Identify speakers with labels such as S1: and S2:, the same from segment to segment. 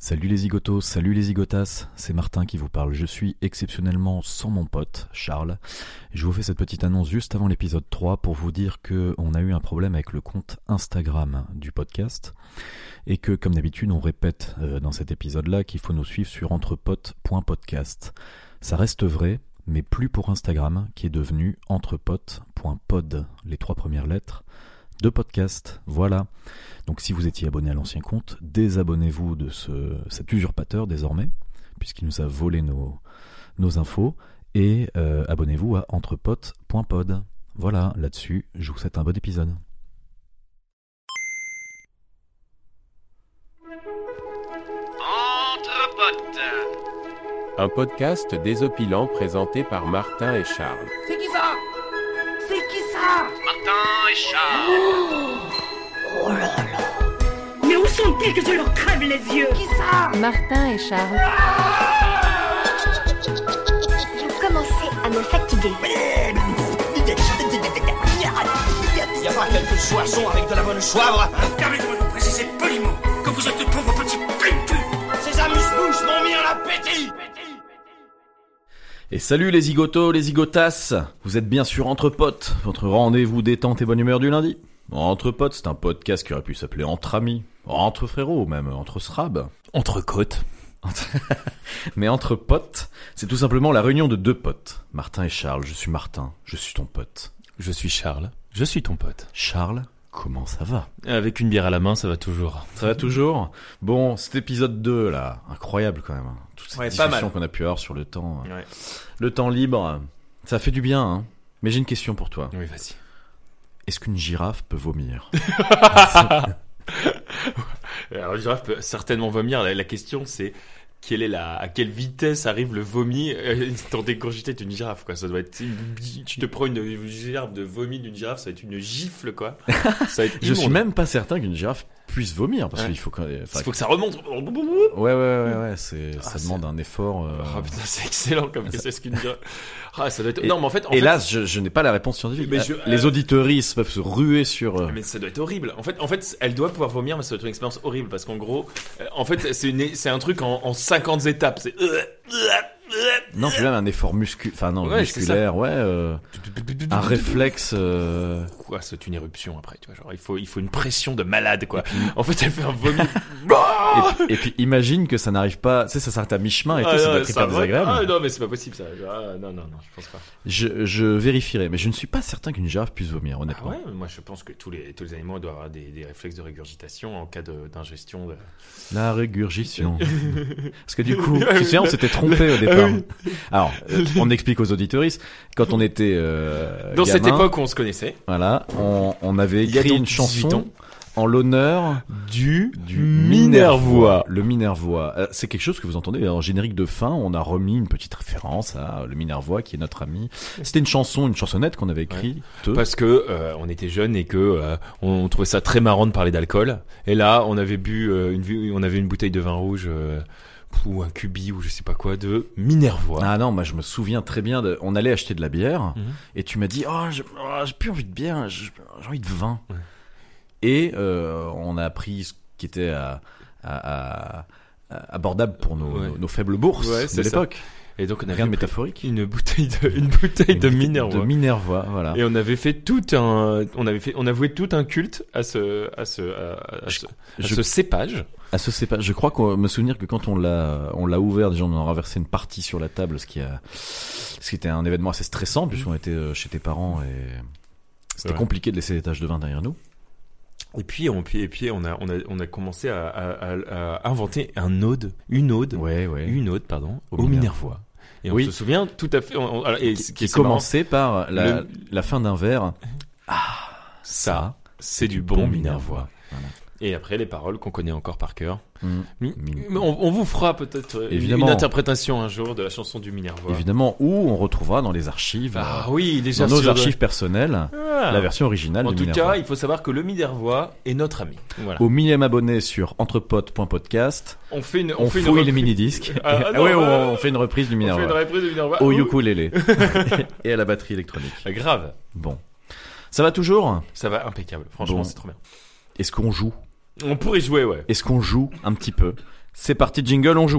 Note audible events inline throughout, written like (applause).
S1: Salut les zigotos, salut les zigotas, c'est Martin qui vous parle. Je suis exceptionnellement sans mon pote, Charles. Je vous fais cette petite annonce juste avant l'épisode 3 pour vous dire que on a eu un problème avec le compte Instagram du podcast et que, comme d'habitude, on répète euh, dans cet épisode-là qu'il faut nous suivre sur entrepote.podcast. Ça reste vrai, mais plus pour Instagram qui est devenu entrepote.pod, les trois premières lettres de podcast. Voilà. Donc si vous étiez abonné à l'ancien compte, désabonnez-vous de ce, cet usurpateur désormais, puisqu'il nous a volé nos, nos infos, et euh, abonnez-vous à entrepote.pod. Voilà, là-dessus, je vous souhaite un bon épisode.
S2: Entre potes.
S3: Un podcast désopilant présenté par Martin et Charles.
S4: C'est qui ça C'est qui ça
S2: Martin et Charles.
S5: Mais où sont-ils que je leur crève les yeux
S4: Qui ça
S6: Martin et Charles.
S7: Vous commencez à me fatiguer.
S2: Il y a pas quelques soissons avec de la bonne soivre
S5: Permettez-moi de vous préciser poliment que vous êtes de pauvres petits princuls.
S2: Ces amuse-bouches m'ont mis en appétit
S1: Et salut les zigotos, les zigotas Vous êtes bien sûr Entre Potes, votre rendez-vous détente et bonne humeur du lundi. Entre Potes, c'est un podcast qui aurait pu s'appeler Entre Amis, Entre Frérots même, Entre Srab. Entre Côtes. (laughs) Mais Entre Potes, c'est tout simplement la réunion de deux potes. Martin et Charles, je suis Martin, je suis ton pote.
S8: Je suis Charles, je suis ton pote.
S1: Charles, comment ça va
S8: Avec une bière à la main, ça va toujours.
S1: Ça va toujours Bon, cet épisode 2 là, incroyable quand même. hein. Toute cette
S8: Ouais, pas
S1: discussion
S8: mal.
S1: qu'on a pu avoir sur le temps. euh,
S8: Ouais.
S1: Le temps libre, ça fait du bien hein. Mais j'ai une question pour toi.
S8: Oui, vas-y.
S1: Est-ce qu'une girafe peut
S8: (laughs)
S1: vomir
S8: Euh, Alors, le girafe peut certainement vomir. La, la question, c'est quelle est la, à quelle vitesse arrive le vomi euh, (laughs) T'en dégurgitais une girafe, quoi. Ça doit être. une- tu te prends une, une gerbe de vomi d'une girafe, ça va être une gifle, quoi. Ça va être
S1: (laughs) Je
S8: immonde.
S1: suis même pas certain qu'une girafe puisse vomir parce
S8: Ouais.
S1: qu'il faut quand même. enfin,
S8: Il faut que ça remonte. Oh,
S1: que- Ouais, ouais, ouais, ouais, c'est,
S8: Ah,
S1: ça
S8: c'est-
S1: demande un effort. euh,
S8: Ah putain, c'est excellent
S1: (laughs)
S8: comme que c'est ce qu'une girafe. Ah, ça doit être.
S1: Et-
S8: non, mais en fait, en fait,
S1: Hélas, je, je n'ai pas la réponse scientifique.
S8: Mais je- euh,
S1: Les auditeuristes peuvent se ruer sur. euh,
S8: Mais ça doit être horrible. En fait, en fait, elle doit pouvoir vomir, mais ça doit être une expérience horrible parce qu'en gros, euh, en fait, c'est une, c'est un truc en, en 50 étapes. C'est
S1: Non, c'est même un effort muscu... enfin, non,
S8: Ouais, c'est ça.
S1: musculaire, ouais. euh,
S8: (laughs)
S1: un réflexe. euh,
S8: quoi C'est une éruption après, tu vois. Genre, il faut, il faut une pression de malade, quoi. En fait, elle fait
S1: (laughs)
S8: un vomi. Bah
S1: Et, et puis imagine que ça n'arrive pas, tu sais, ça s'arrête à mi-chemin et tout, ça doit
S8: Oh. Ah, non,
S1: être hyper
S8: va-
S1: désagréable.
S8: Ah, non, mais c'est pas possible ça. Ah, non, non, non, je pense pas.
S1: je, je vérifierai, mais je ne suis pas certain qu'une girafe puisse vomir,
S8: Ah
S1: honnêtement.
S8: ouais, moi je pense que tous les, tous les animaux doivent avoir des, des réflexes de régurgitation en cas de- d'ingestion. De...
S1: La
S8: (laughs)
S1: régurgitation. Parce que du coup,
S8: Ah
S1: tu sais, on s'était trompé au départ. Alors, euh, on explique aux auditeuristes, quand on était euh,
S8: Dans cette
S1: gamin,
S8: époque où on se connaissait,
S1: voilà, on, on avait
S8: Il y a
S1: écrit
S8: donc
S1: une
S8: 18
S1: chanson
S8: ans.
S1: en l'honneur
S8: du,
S1: du
S8: Minervois.
S1: Minervois. Le Minervois, Euh, c'est quelque chose que vous entendez en générique de fin. On a remis une petite référence à le Minervois qui est notre ami. C'était une chanson, une chansonnette qu'on avait écrite.
S8: Parce que euh, on était jeunes et que euh, on trouvait ça très marrant de parler d'alcool. Et là, on avait bu euh, une vu- on avait une bouteille de vin rouge euh, ou un cubi ou je sais pas quoi de Minervois.
S1: Ah non, moi je me souviens très bien. De... On allait acheter de la bière
S8: Mhm.
S1: et tu m'as dit oh j'ai oh, j'ai plus envie de bière, j'ai j'ai envie de vin.
S8: Ouais.
S1: Et euh, on a pris ce qui était à- à- à- à- abordable pour nos,
S8: Ouais.
S1: nos- nos faibles bourses
S8: Ouais,
S1: de
S8: c'est ça.
S1: l'époque.
S8: Et donc on avait
S1: Ah. Rien de
S8: pris (laughs)
S1: métaphorique.
S8: une bouteille de une bouteille de Minervois.
S1: De Minervois, voilà.
S8: Et on avait fait tout un on avait fait on avouait tout un culte à ce à ce à, à ce, à
S1: Je-
S8: ce cépage.
S1: Ah, ce c'est pas. Je crois qu'on me souvenir que quand on l'a, on l'a ouvert, déjà on en a renversé une partie sur la table, ce qui a, ce qui était un événement assez stressant puisqu'on était euh, chez tes parents et c'était
S8: Mhm. Ouais.
S1: compliqué de laisser les taches de vin derrière nous.
S8: Et puis on puis- et puis on a on a on a commencé à, à- à- à inventer un ode, une ode,
S1: Ouais, ouais.
S8: une ode pardon au,
S1: Au
S8: Minervois. Et
S1: Oui.
S8: on se souvient tout à fait on- on- alors, et ce
S1: qui
S8: est
S1: commençait par la,
S8: Le-
S1: la fin d'un Ah, verre.
S8: marrant, ça c'est du bon Minervois. Et après les paroles qu'on connaît encore par cœur.
S1: Mm.
S8: Mi-
S1: Mi-
S8: Mais On, on vous fera peut-être euh, une-
S1: Évidemment.
S8: une interprétation un jour de la chanson du Minervois.
S1: Évidemment, où on retrouvera dans les archives,
S8: Ah
S1: euh,
S8: oui, déjà
S1: dans nos
S8: sur-
S1: archives personnelles,
S8: Ah.
S1: la version originale
S8: En
S1: du
S8: tout
S1: Minervois.
S8: cas, il faut savoir que le Minervois est notre ami.
S2: Oh.
S8: Voilà.
S1: Au millième abonné sur entrepote.podcast,
S8: On fait une,
S1: on,
S8: fait une
S1: fouille
S8: repri-
S1: les mini-disques.
S8: Ah,
S1: (laughs)
S8: ah,
S1: Ah ouais,
S8: non,
S1: on,
S8: bah,
S1: on fait une reprise du
S8: on fait une
S1: Minervois.
S8: reprise du Minervois.
S2: Oh,
S1: au
S8: Ouh.
S1: ukulélé (laughs) et à la batterie électronique.
S8: Ah, Grave.
S1: Bon. Ça va toujours
S8: Ça va impeccable. Franchement,
S1: Bon.
S8: c'est trop bien.
S1: Est-ce qu'on joue
S8: On pourrait jouer, ouais.
S1: Est-ce qu'on joue un petit peu C'est parti, jingle, on joue.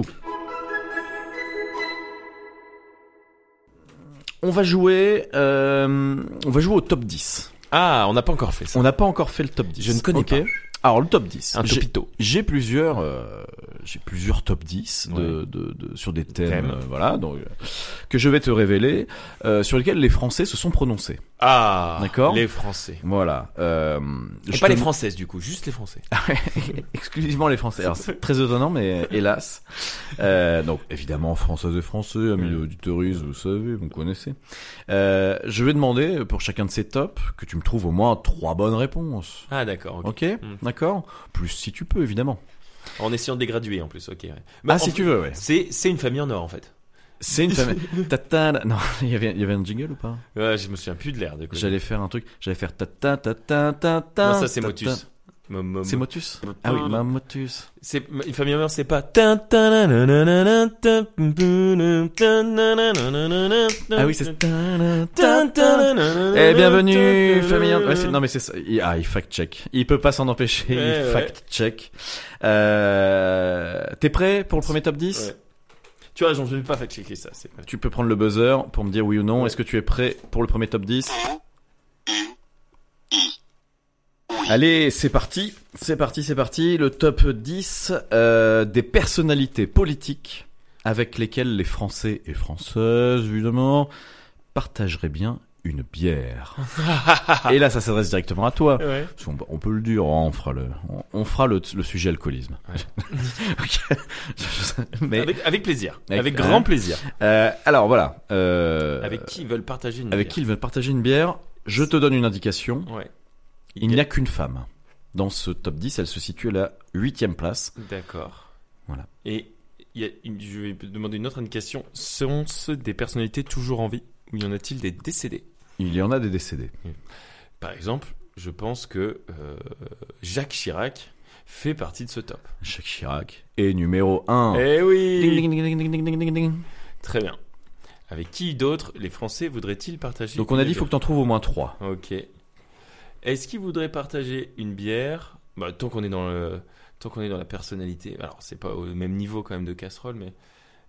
S1: On va jouer, euh, on va jouer au top 10.
S2: Ah, on n'a pas encore fait ça.
S1: On n'a pas encore fait le top 10.
S2: Je ne connais
S1: Ok.
S2: pas.
S1: Alors le top 10.
S2: Un
S1: J'ai-
S2: topito.
S1: J'ai plusieurs, euh, j'ai plusieurs top 10 de, de- de- sur des thèmes,
S2: Thèmes.
S1: euh, voilà, donc, euh, que je vais te révéler, euh, sur lesquels les Français se sont prononcés.
S2: Ah,
S1: D'accord.
S2: Les Français.
S1: Voilà. Euh,
S2: Et
S1: je
S2: pas
S1: te-
S2: les Françaises du coup, juste les Français.
S1: exclusivement les Français. Alors, c'est très étonnant,
S2: (laughs)
S1: mais euh, hélas. Euh, donc, évidemment, Françaises et Français, amis
S2: Mm.
S1: auditoristes, vous savez, vous me connaissez. Euh, je vais demander, pour chacun de ces tops, que tu me trouves au moins trois bonnes réponses.
S2: Ah d'accord. ok.
S1: Ok,
S2: Mm.
S1: d'accord. Plus si tu peux, évidemment.
S2: En essayant de les graduer en plus. Ok. ouais.
S1: Bah,
S2: en
S1: si
S2: fait,
S1: tu veux, ouais.
S2: C'est c'est une famille en or en fait.
S1: C'est
S2: (laughs)
S1: une famille. Tata. Non, (laughs) il y avait, il y avait un jingle ou pas
S2: Ouais, je me souviens plus de l'air de quoi.
S1: J'allais faire un truc. J'allais faire tata tata tata.
S2: Non, ça c'est
S1: tata.
S2: Motus. Mo- mo-
S1: C'est
S2: mo-
S1: Motus. Ah oui, ma Motus.
S2: C'est une famille en or, c'est pas. Ah
S1: Ah oui, c'est. Eh bienvenue, famille. Ouais, c'est- non mais c'est ça. Il- Ah, il fact check. Il peut pas s'en empêcher.
S2: Ouais,
S1: il
S2: ouais.
S1: fact check. Euh... T'es prêt pour le premier top 10
S2: Ouais. Tu vois, j'en vais pas fact checker ça. c'est-
S1: Tu peux prendre le buzzer pour me dire oui ou non. Est-ce que tu es prêt pour le premier top 10 Allez, c'est parti. C'est parti, c'est parti. Le top 10 euh, des personnalités politiques avec lesquelles les Français et Françaises, évidemment, partageraient bien une bière. et là, ça s'adresse directement à toi.
S2: Ouais.
S1: Parce qu'on- On, peut le dire, hein, on fera le, on, on fera le, le sujet alcoolisme. (laughs) Ok. (laughs) Mais
S2: Avec, avec plaisir.
S1: Avec-
S2: Avec,
S1: hein.
S2: grand plaisir.
S1: euh, alors voilà. Euh,
S2: Avec qui ils veulent partager une
S1: avec
S2: bière.
S1: qui ils veulent partager une bière Je te donne une indication.
S2: Ouais.
S1: Il n'y a qu'une femme. Dans ce top 10, elle se situe à la huitième place.
S2: D'accord.
S1: Voilà.
S2: Et il y a une- je vais demander une autre indication. Sont-ce des personnalités toujours en vie ou y en a-t-il des décédés
S1: Il y en a des décédés.
S2: Par exemple, je pense que euh, Jacques Chirac fait partie de ce top.
S1: Jacques Chirac est numéro 1.
S2: Eh oui
S1: Ding, ding, ding, ding, ding, ding, ding, ding, ding.
S2: Très bien. Avec qui d'autre les Français voudraient-ils partager
S1: Donc on
S2: une
S1: a dit il faut que
S2: bière
S1: tu en trouves au moins 3.
S2: Ok. Est-ce qu'ils voudraient partager une bière Bah, Tant qu'on est dans le, tant qu'on est dans la personnalité. Alors c'est pas au même niveau quand même de casserole, mais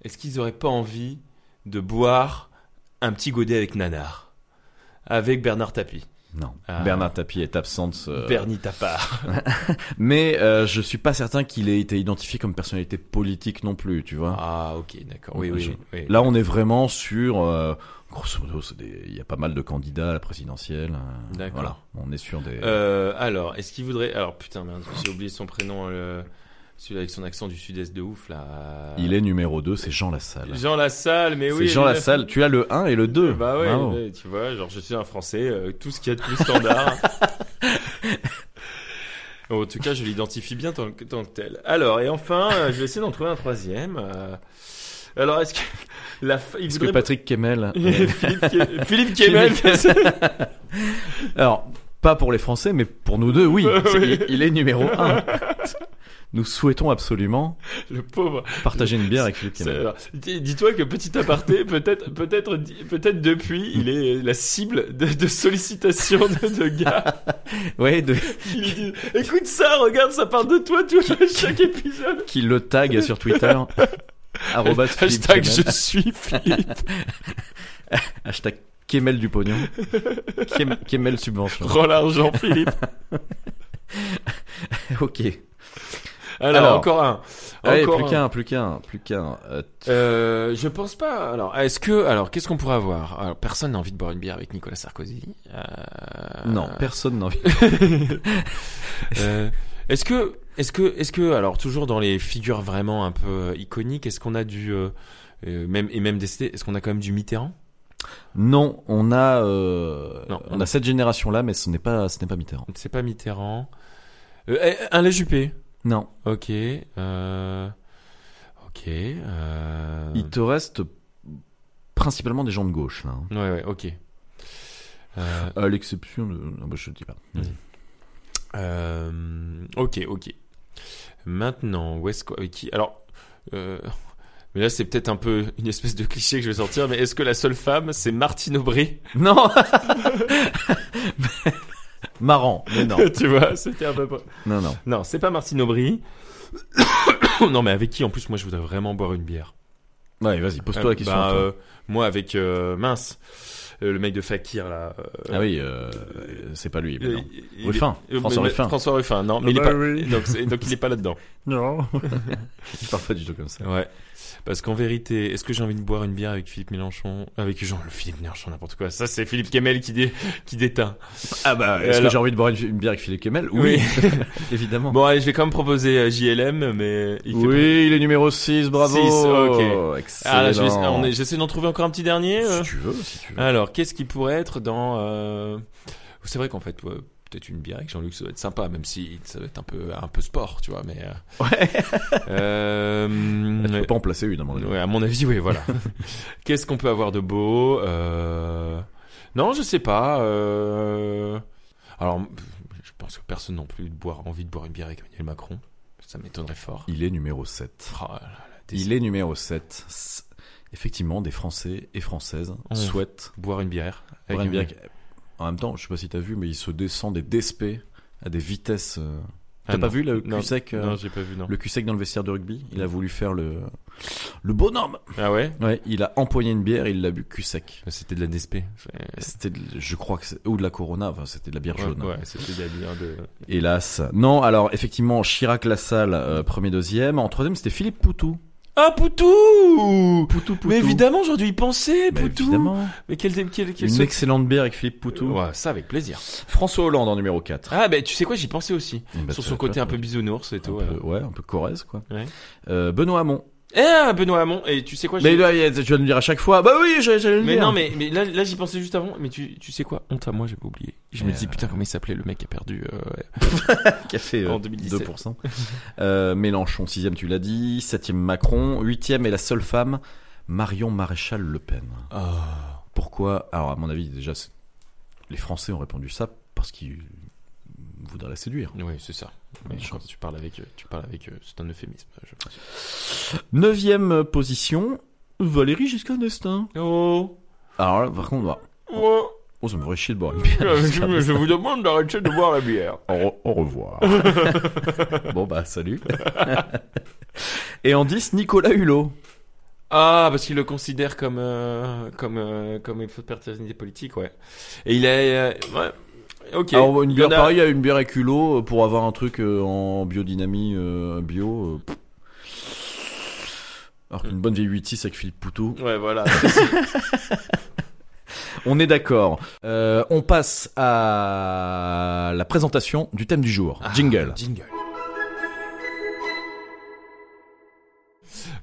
S2: est-ce qu'ils auraient pas envie de boire un petit godet avec Nanar, avec Bernard Tapie,
S1: Non.
S2: Ah.
S1: Bernard Tapie est absent de ce... (laughs)
S2: Bernie Tapard
S1: Mais euh, je suis pas certain qu'il ait été identifié comme personnalité politique non plus, tu vois.
S2: Ah ok, d'accord. Oui oui.
S1: Je-
S2: oui, oui.
S1: Là, on est vraiment sur. euh, grosso modo, c'est des- il y a pas mal de candidats à la présidentielle. euh,
S2: D'accord.
S1: Voilà, on est sur des.
S2: Euh, alors, est-ce qu'il voudrait Alors putain merde, j'ai oublié son prénom. euh, Celui avec son accent du sud-est de ouf là.
S1: Il est numéro 2, c'est Jean Lassalle.
S2: Jean Lassalle, mais
S1: c'est
S2: Eh oui.
S1: Jean
S2: il-
S1: Lassalle, tu as le 1 et le 2.
S2: Bah ouais,
S1: Bravo.
S2: ouais, tu vois, genre je suis un Français, euh, tout ce qu'il y a de plus
S1: (laughs)
S2: standard. en tout cas, je l'identifie bien tant, que- tant que tel. Alors, et enfin, euh, je vais essayer d'en trouver un troisième. euh. alors, est-ce que la fa- il
S1: Est-ce que
S2: voudrait-
S1: Patrick
S2: (laughs)
S1: Kemmel. euh, (laughs)
S2: Philippe, Ke- Philippe Kemel
S1: Alors, pas pour les Français, mais pour nous deux,
S2: (laughs)
S1: oui.
S2: Ouais,
S1: C'est-
S2: oui.
S1: Il, il est numéro 1. (laughs) Nous souhaitons absolument
S2: le pauvre.
S1: partager une bière avec Philippe
S2: C'est-
S1: Kemmel.
S2: alors, dis- Dis-toi que petit aparté, peut-être, peut-être, di- peut-être depuis, il est la cible de, de sollicitations de, de gars
S1: (laughs) Ouais, de-
S2: qui lui disent "Écoute ça, regarde, ça parle de toi, tu vois,
S1: (laughs)
S2: chaque épisode."
S1: qui le tag sur
S9: (laughs)
S1: Twitter. arrobas Philippe
S2: Hashtag
S1: Kemmel.
S2: je suis Philippe.
S1: Hashtag Kemmel du pognon. Kem- Kemmel subvention.
S2: Rends l'argent, Philippe.
S1: (laughs) ok.
S2: Alors,
S1: Alors.
S2: encore un.
S9: Eh,
S1: Allez,
S2: Encore
S1: plus
S2: un.
S1: qu'un, plus qu'un, plus qu'un. Euh, t-
S2: Euh, je pense pas. Alors, est-ce que. Alors, qu'est-ce qu'on pourrait avoir Alors, personne n'a envie de boire une bière avec Nicolas Sarkozy. Euh,
S1: non, personne n'a envie.
S2: euh, est-ce que. Est-ce que. Est-ce que. Alors, toujours dans les figures vraiment un peu euh, iconiques, est-ce qu'on a du. euh, euh, même, et même décédé, est-ce qu'on a quand même du Mitterrand
S1: Non, on a, euh,
S2: Non,
S1: on
S2: on
S1: a cette génération-là, mais ce n'est pas, ce n'est pas Mitterrand.
S2: C'est pas Mitterrand. Euh, eh, un Léjupé.
S1: Non,
S2: Ok. Euh... Ok. Euh...
S1: il te reste principalement des gens de gauche là. hein.
S2: Ouais, ouais, ok. Euh,
S1: À l'exception de, non, bah, je te dis pas.
S2: euh, ok, ok. Maintenant, où est-ce qu'on- avec qui Alors, euh, mais là c'est peut-être un peu une espèce de cliché que je vais sortir, mais est-ce que la seule femme c'est Martine Aubry
S1: Non. (laughs) Marrant, mais non,
S2: (laughs) Tu vois, c'était un peu. pas-
S1: non, non.
S2: Non, c'est pas Martine Aubry. (coughs)
S8: non, mais avec qui en plus Moi, je voudrais vraiment boire une bière.
S9: Ouais, vas-y, pose-toi
S8: Euh,
S9: la question.
S8: bah,
S9: toi.
S8: euh, moi, avec euh, mince, euh, le mec de Fakir là. euh,
S9: ah oui, euh, c'est pas lui. mais
S8: euh,
S9: non.
S8: il- il est-
S9: Ruffin,
S8: euh,
S9: François
S8: mais-
S9: Ruffin.
S8: François Ruffin, non, mais il est
S9: Bah,
S8: pas. Donc, c'est- donc il est pas
S9: (laughs)
S8: là-dedans.
S9: Non. il parle pas du tout comme ça.
S8: Ouais. Parce qu'en vérité, est-ce que j'ai envie de boire une bière avec Philippe Mélenchon Avec Jean, le Philippe Mélenchon, n'importe quoi. Ça, c'est Philippe Kemel qui, dé- (laughs) qui déteint.
S9: Ah bah, est-ce que
S8: alors-
S9: j'ai envie de boire une, une bière avec Philippe Kemel Oui, (laughs) évidemment.
S8: Bon, allez, je vais quand même proposer euh, JLM, mais il fait.
S9: oui, il est numéro 6, bravo.
S8: Six, ok.
S9: Excellent.
S8: Ah, là, je vais- on est- j'essaie d'en trouver encore un petit dernier. euh.
S9: Si tu veux, si tu veux.
S8: Alors, qu'est-ce qui pourrait être dans. euh, C'est vrai qu'en fait, ouais, peut-être une bière avec Jean-Luc, ça doit être sympa, même si ça doit être un peu, un peu sport, tu vois. Mais, euh, euh,
S9: (laughs) Ah, tu peux pas en placer une à mon avis.
S8: ouais, à mon avis, oui,
S9: (laughs)
S8: voilà. qu'est-ce qu'on peut avoir de beau euh, Non, je sais pas. euh, Alors, je pense que personne non plus de boire, envie de boire une bière avec Emmanuel Macron. Ça m'étonnerait fort.
S9: Il est numéro 7.
S8: Oh là là,
S9: Il est numéro 7. Effectivement, des Français et Françaises
S8: On
S9: souhaitent
S8: Boire une bière. avec
S9: boire une bière.
S8: Emmanuel-
S9: En même temps, je sais pas si t'as vu, mais ils se descendent des despés à des vitesses. euh,
S8: Ah,
S9: T'as pas
S8: non.
S9: vu le
S8: Non,
S9: cul sec euh,
S8: Non, j'ai pas vu, non.
S9: Le cul sec dans le vestiaire de rugby, il a voulu faire le le bonhomme.
S8: Ah ouais Bah,
S9: Ouais, il a empoigné une bière, il l'a bu cul sec.
S8: C'était de la DSP. Enfin,
S9: C'était, de- je crois que c'est, ou de la Corona, enfin c'était de la bière
S8: Ouais,
S9: jaune.
S8: ouais, c'était de la bière de.
S9: Hélas. Non, alors effectivement Chirac Lassalle euh, premier deuxième, en troisième c'était Philippe Poutou.
S8: Ah Poutou
S9: Poutou Poutou.
S8: Mais évidemment, j'aurais dû y penser,
S9: Mais
S8: Poutou
S9: évidemment.
S8: Mais quel, quel, quel
S9: Une
S8: ce-
S9: excellente bière avec Philippe Poutou.
S8: Ouais, ça avec plaisir.
S9: François Hollande en numéro 4.
S8: Ah, bah tu sais quoi, j'y pensais aussi.
S9: Eh ben,
S8: Sur
S9: tu
S8: son
S9: vois,
S8: côté
S9: tu
S8: un
S9: vois,
S8: peu bisounours et tout.
S9: un peu- ouais, un peu Corrèze quoi.
S8: Ouais.
S9: Euh, Benoît Hamon.
S8: ouais. Ah, Benoît Hamon, et tu sais quoi
S9: Mais
S8: j'ai-
S9: là, tu vas me dire à chaque fois, bah oui, j'ai, j'ai une
S8: mais
S9: bière.
S8: non, mais, mais là, là j'y pensais juste avant. Mais tu, tu sais quoi Honte à moi, j'avais oublié. Je me dis, putain, comment il s'appelait le mec qui a perdu. euh, ouais.
S9: qui a fait euh,
S8: En 2017.
S9: 2%. (laughs) Euh, Mélenchon, 6 tu l'as dit. 7 Macron. 8 et la seule femme, Marion Maréchal Le Pen.
S8: Ah.
S9: Pourquoi Alors, à mon avis, déjà, c'est- les Français ont répondu ça parce qu'ils voudraient la séduire.
S8: Oui, c'est ça.
S9: Ouais,
S8: je
S9: je
S8: crois
S9: pense.
S8: tu parles avec. euh, Tu parles avec euh, c'est un euphémisme, je pense.
S9: 9 position, Valérie Giscard d'Estaing.
S8: Oh,
S9: Alors là, par contre, bah,
S8: oh. (laughs)
S9: oh, ça me ferait chier de boire une bière.
S8: je, je vous demande d'arrêter de boire la bière.
S9: Au, re- au revoir. (laughs) bon, bah, (laughs) salut. et en 10, Nicolas Hulot.
S8: Ah, parce qu'il le considère comme euh, comme euh, comme une faute de personnalité politique, ouais. Et il est euh, ouais. Ok.
S9: Alors, une
S8: Il y en
S9: bière,
S8: a-
S9: pareil, à une bière à culot euh, pour avoir un truc euh, en biodynamie euh, bio. euh, pff. alors qu'une bonne vieille 8-6 avec Philippe Poutou.
S8: Ouais, voilà.
S9: On est d'accord. Euh, on passe à la présentation du thème du jour. Jingle.
S8: Jingle.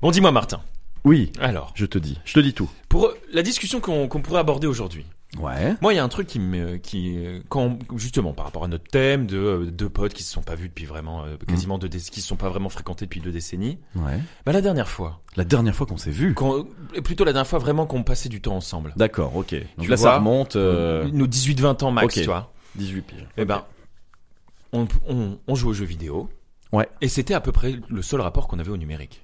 S8: Bon, dis-moi, Martin.
S9: Oui,
S8: Alors,
S9: je te dis. Je te dis tout.
S8: pour la discussion qu'on qu'on pourrait aborder aujourd'hui,
S9: Ouais.
S8: moi, il y a un truc qui me, qui, euh, quand, justement, par rapport à notre thème de euh, deux potes qui se sont pas vus depuis vraiment, euh, quasiment deux, déc- qui se sont pas vraiment fréquentés depuis deux décennies.
S9: Ouais. Hmm.
S8: Bah, la dernière fois,
S9: La dernière fois qu'on s'est vu.
S8: quand, et plutôt la dernière fois vraiment qu'on passait du temps ensemble.
S9: D'accord, ok. Donc
S8: Tu
S9: là,
S8: vois,
S9: ça remonte euh,
S8: Nos 18-20 ans max,
S9: ok.
S8: tu vois.
S9: 18 piges.
S8: Eh ben, on, on, on joue aux jeux vidéo.
S9: Ouais.
S8: Et c'était à peu près le seul rapport qu'on avait au numérique.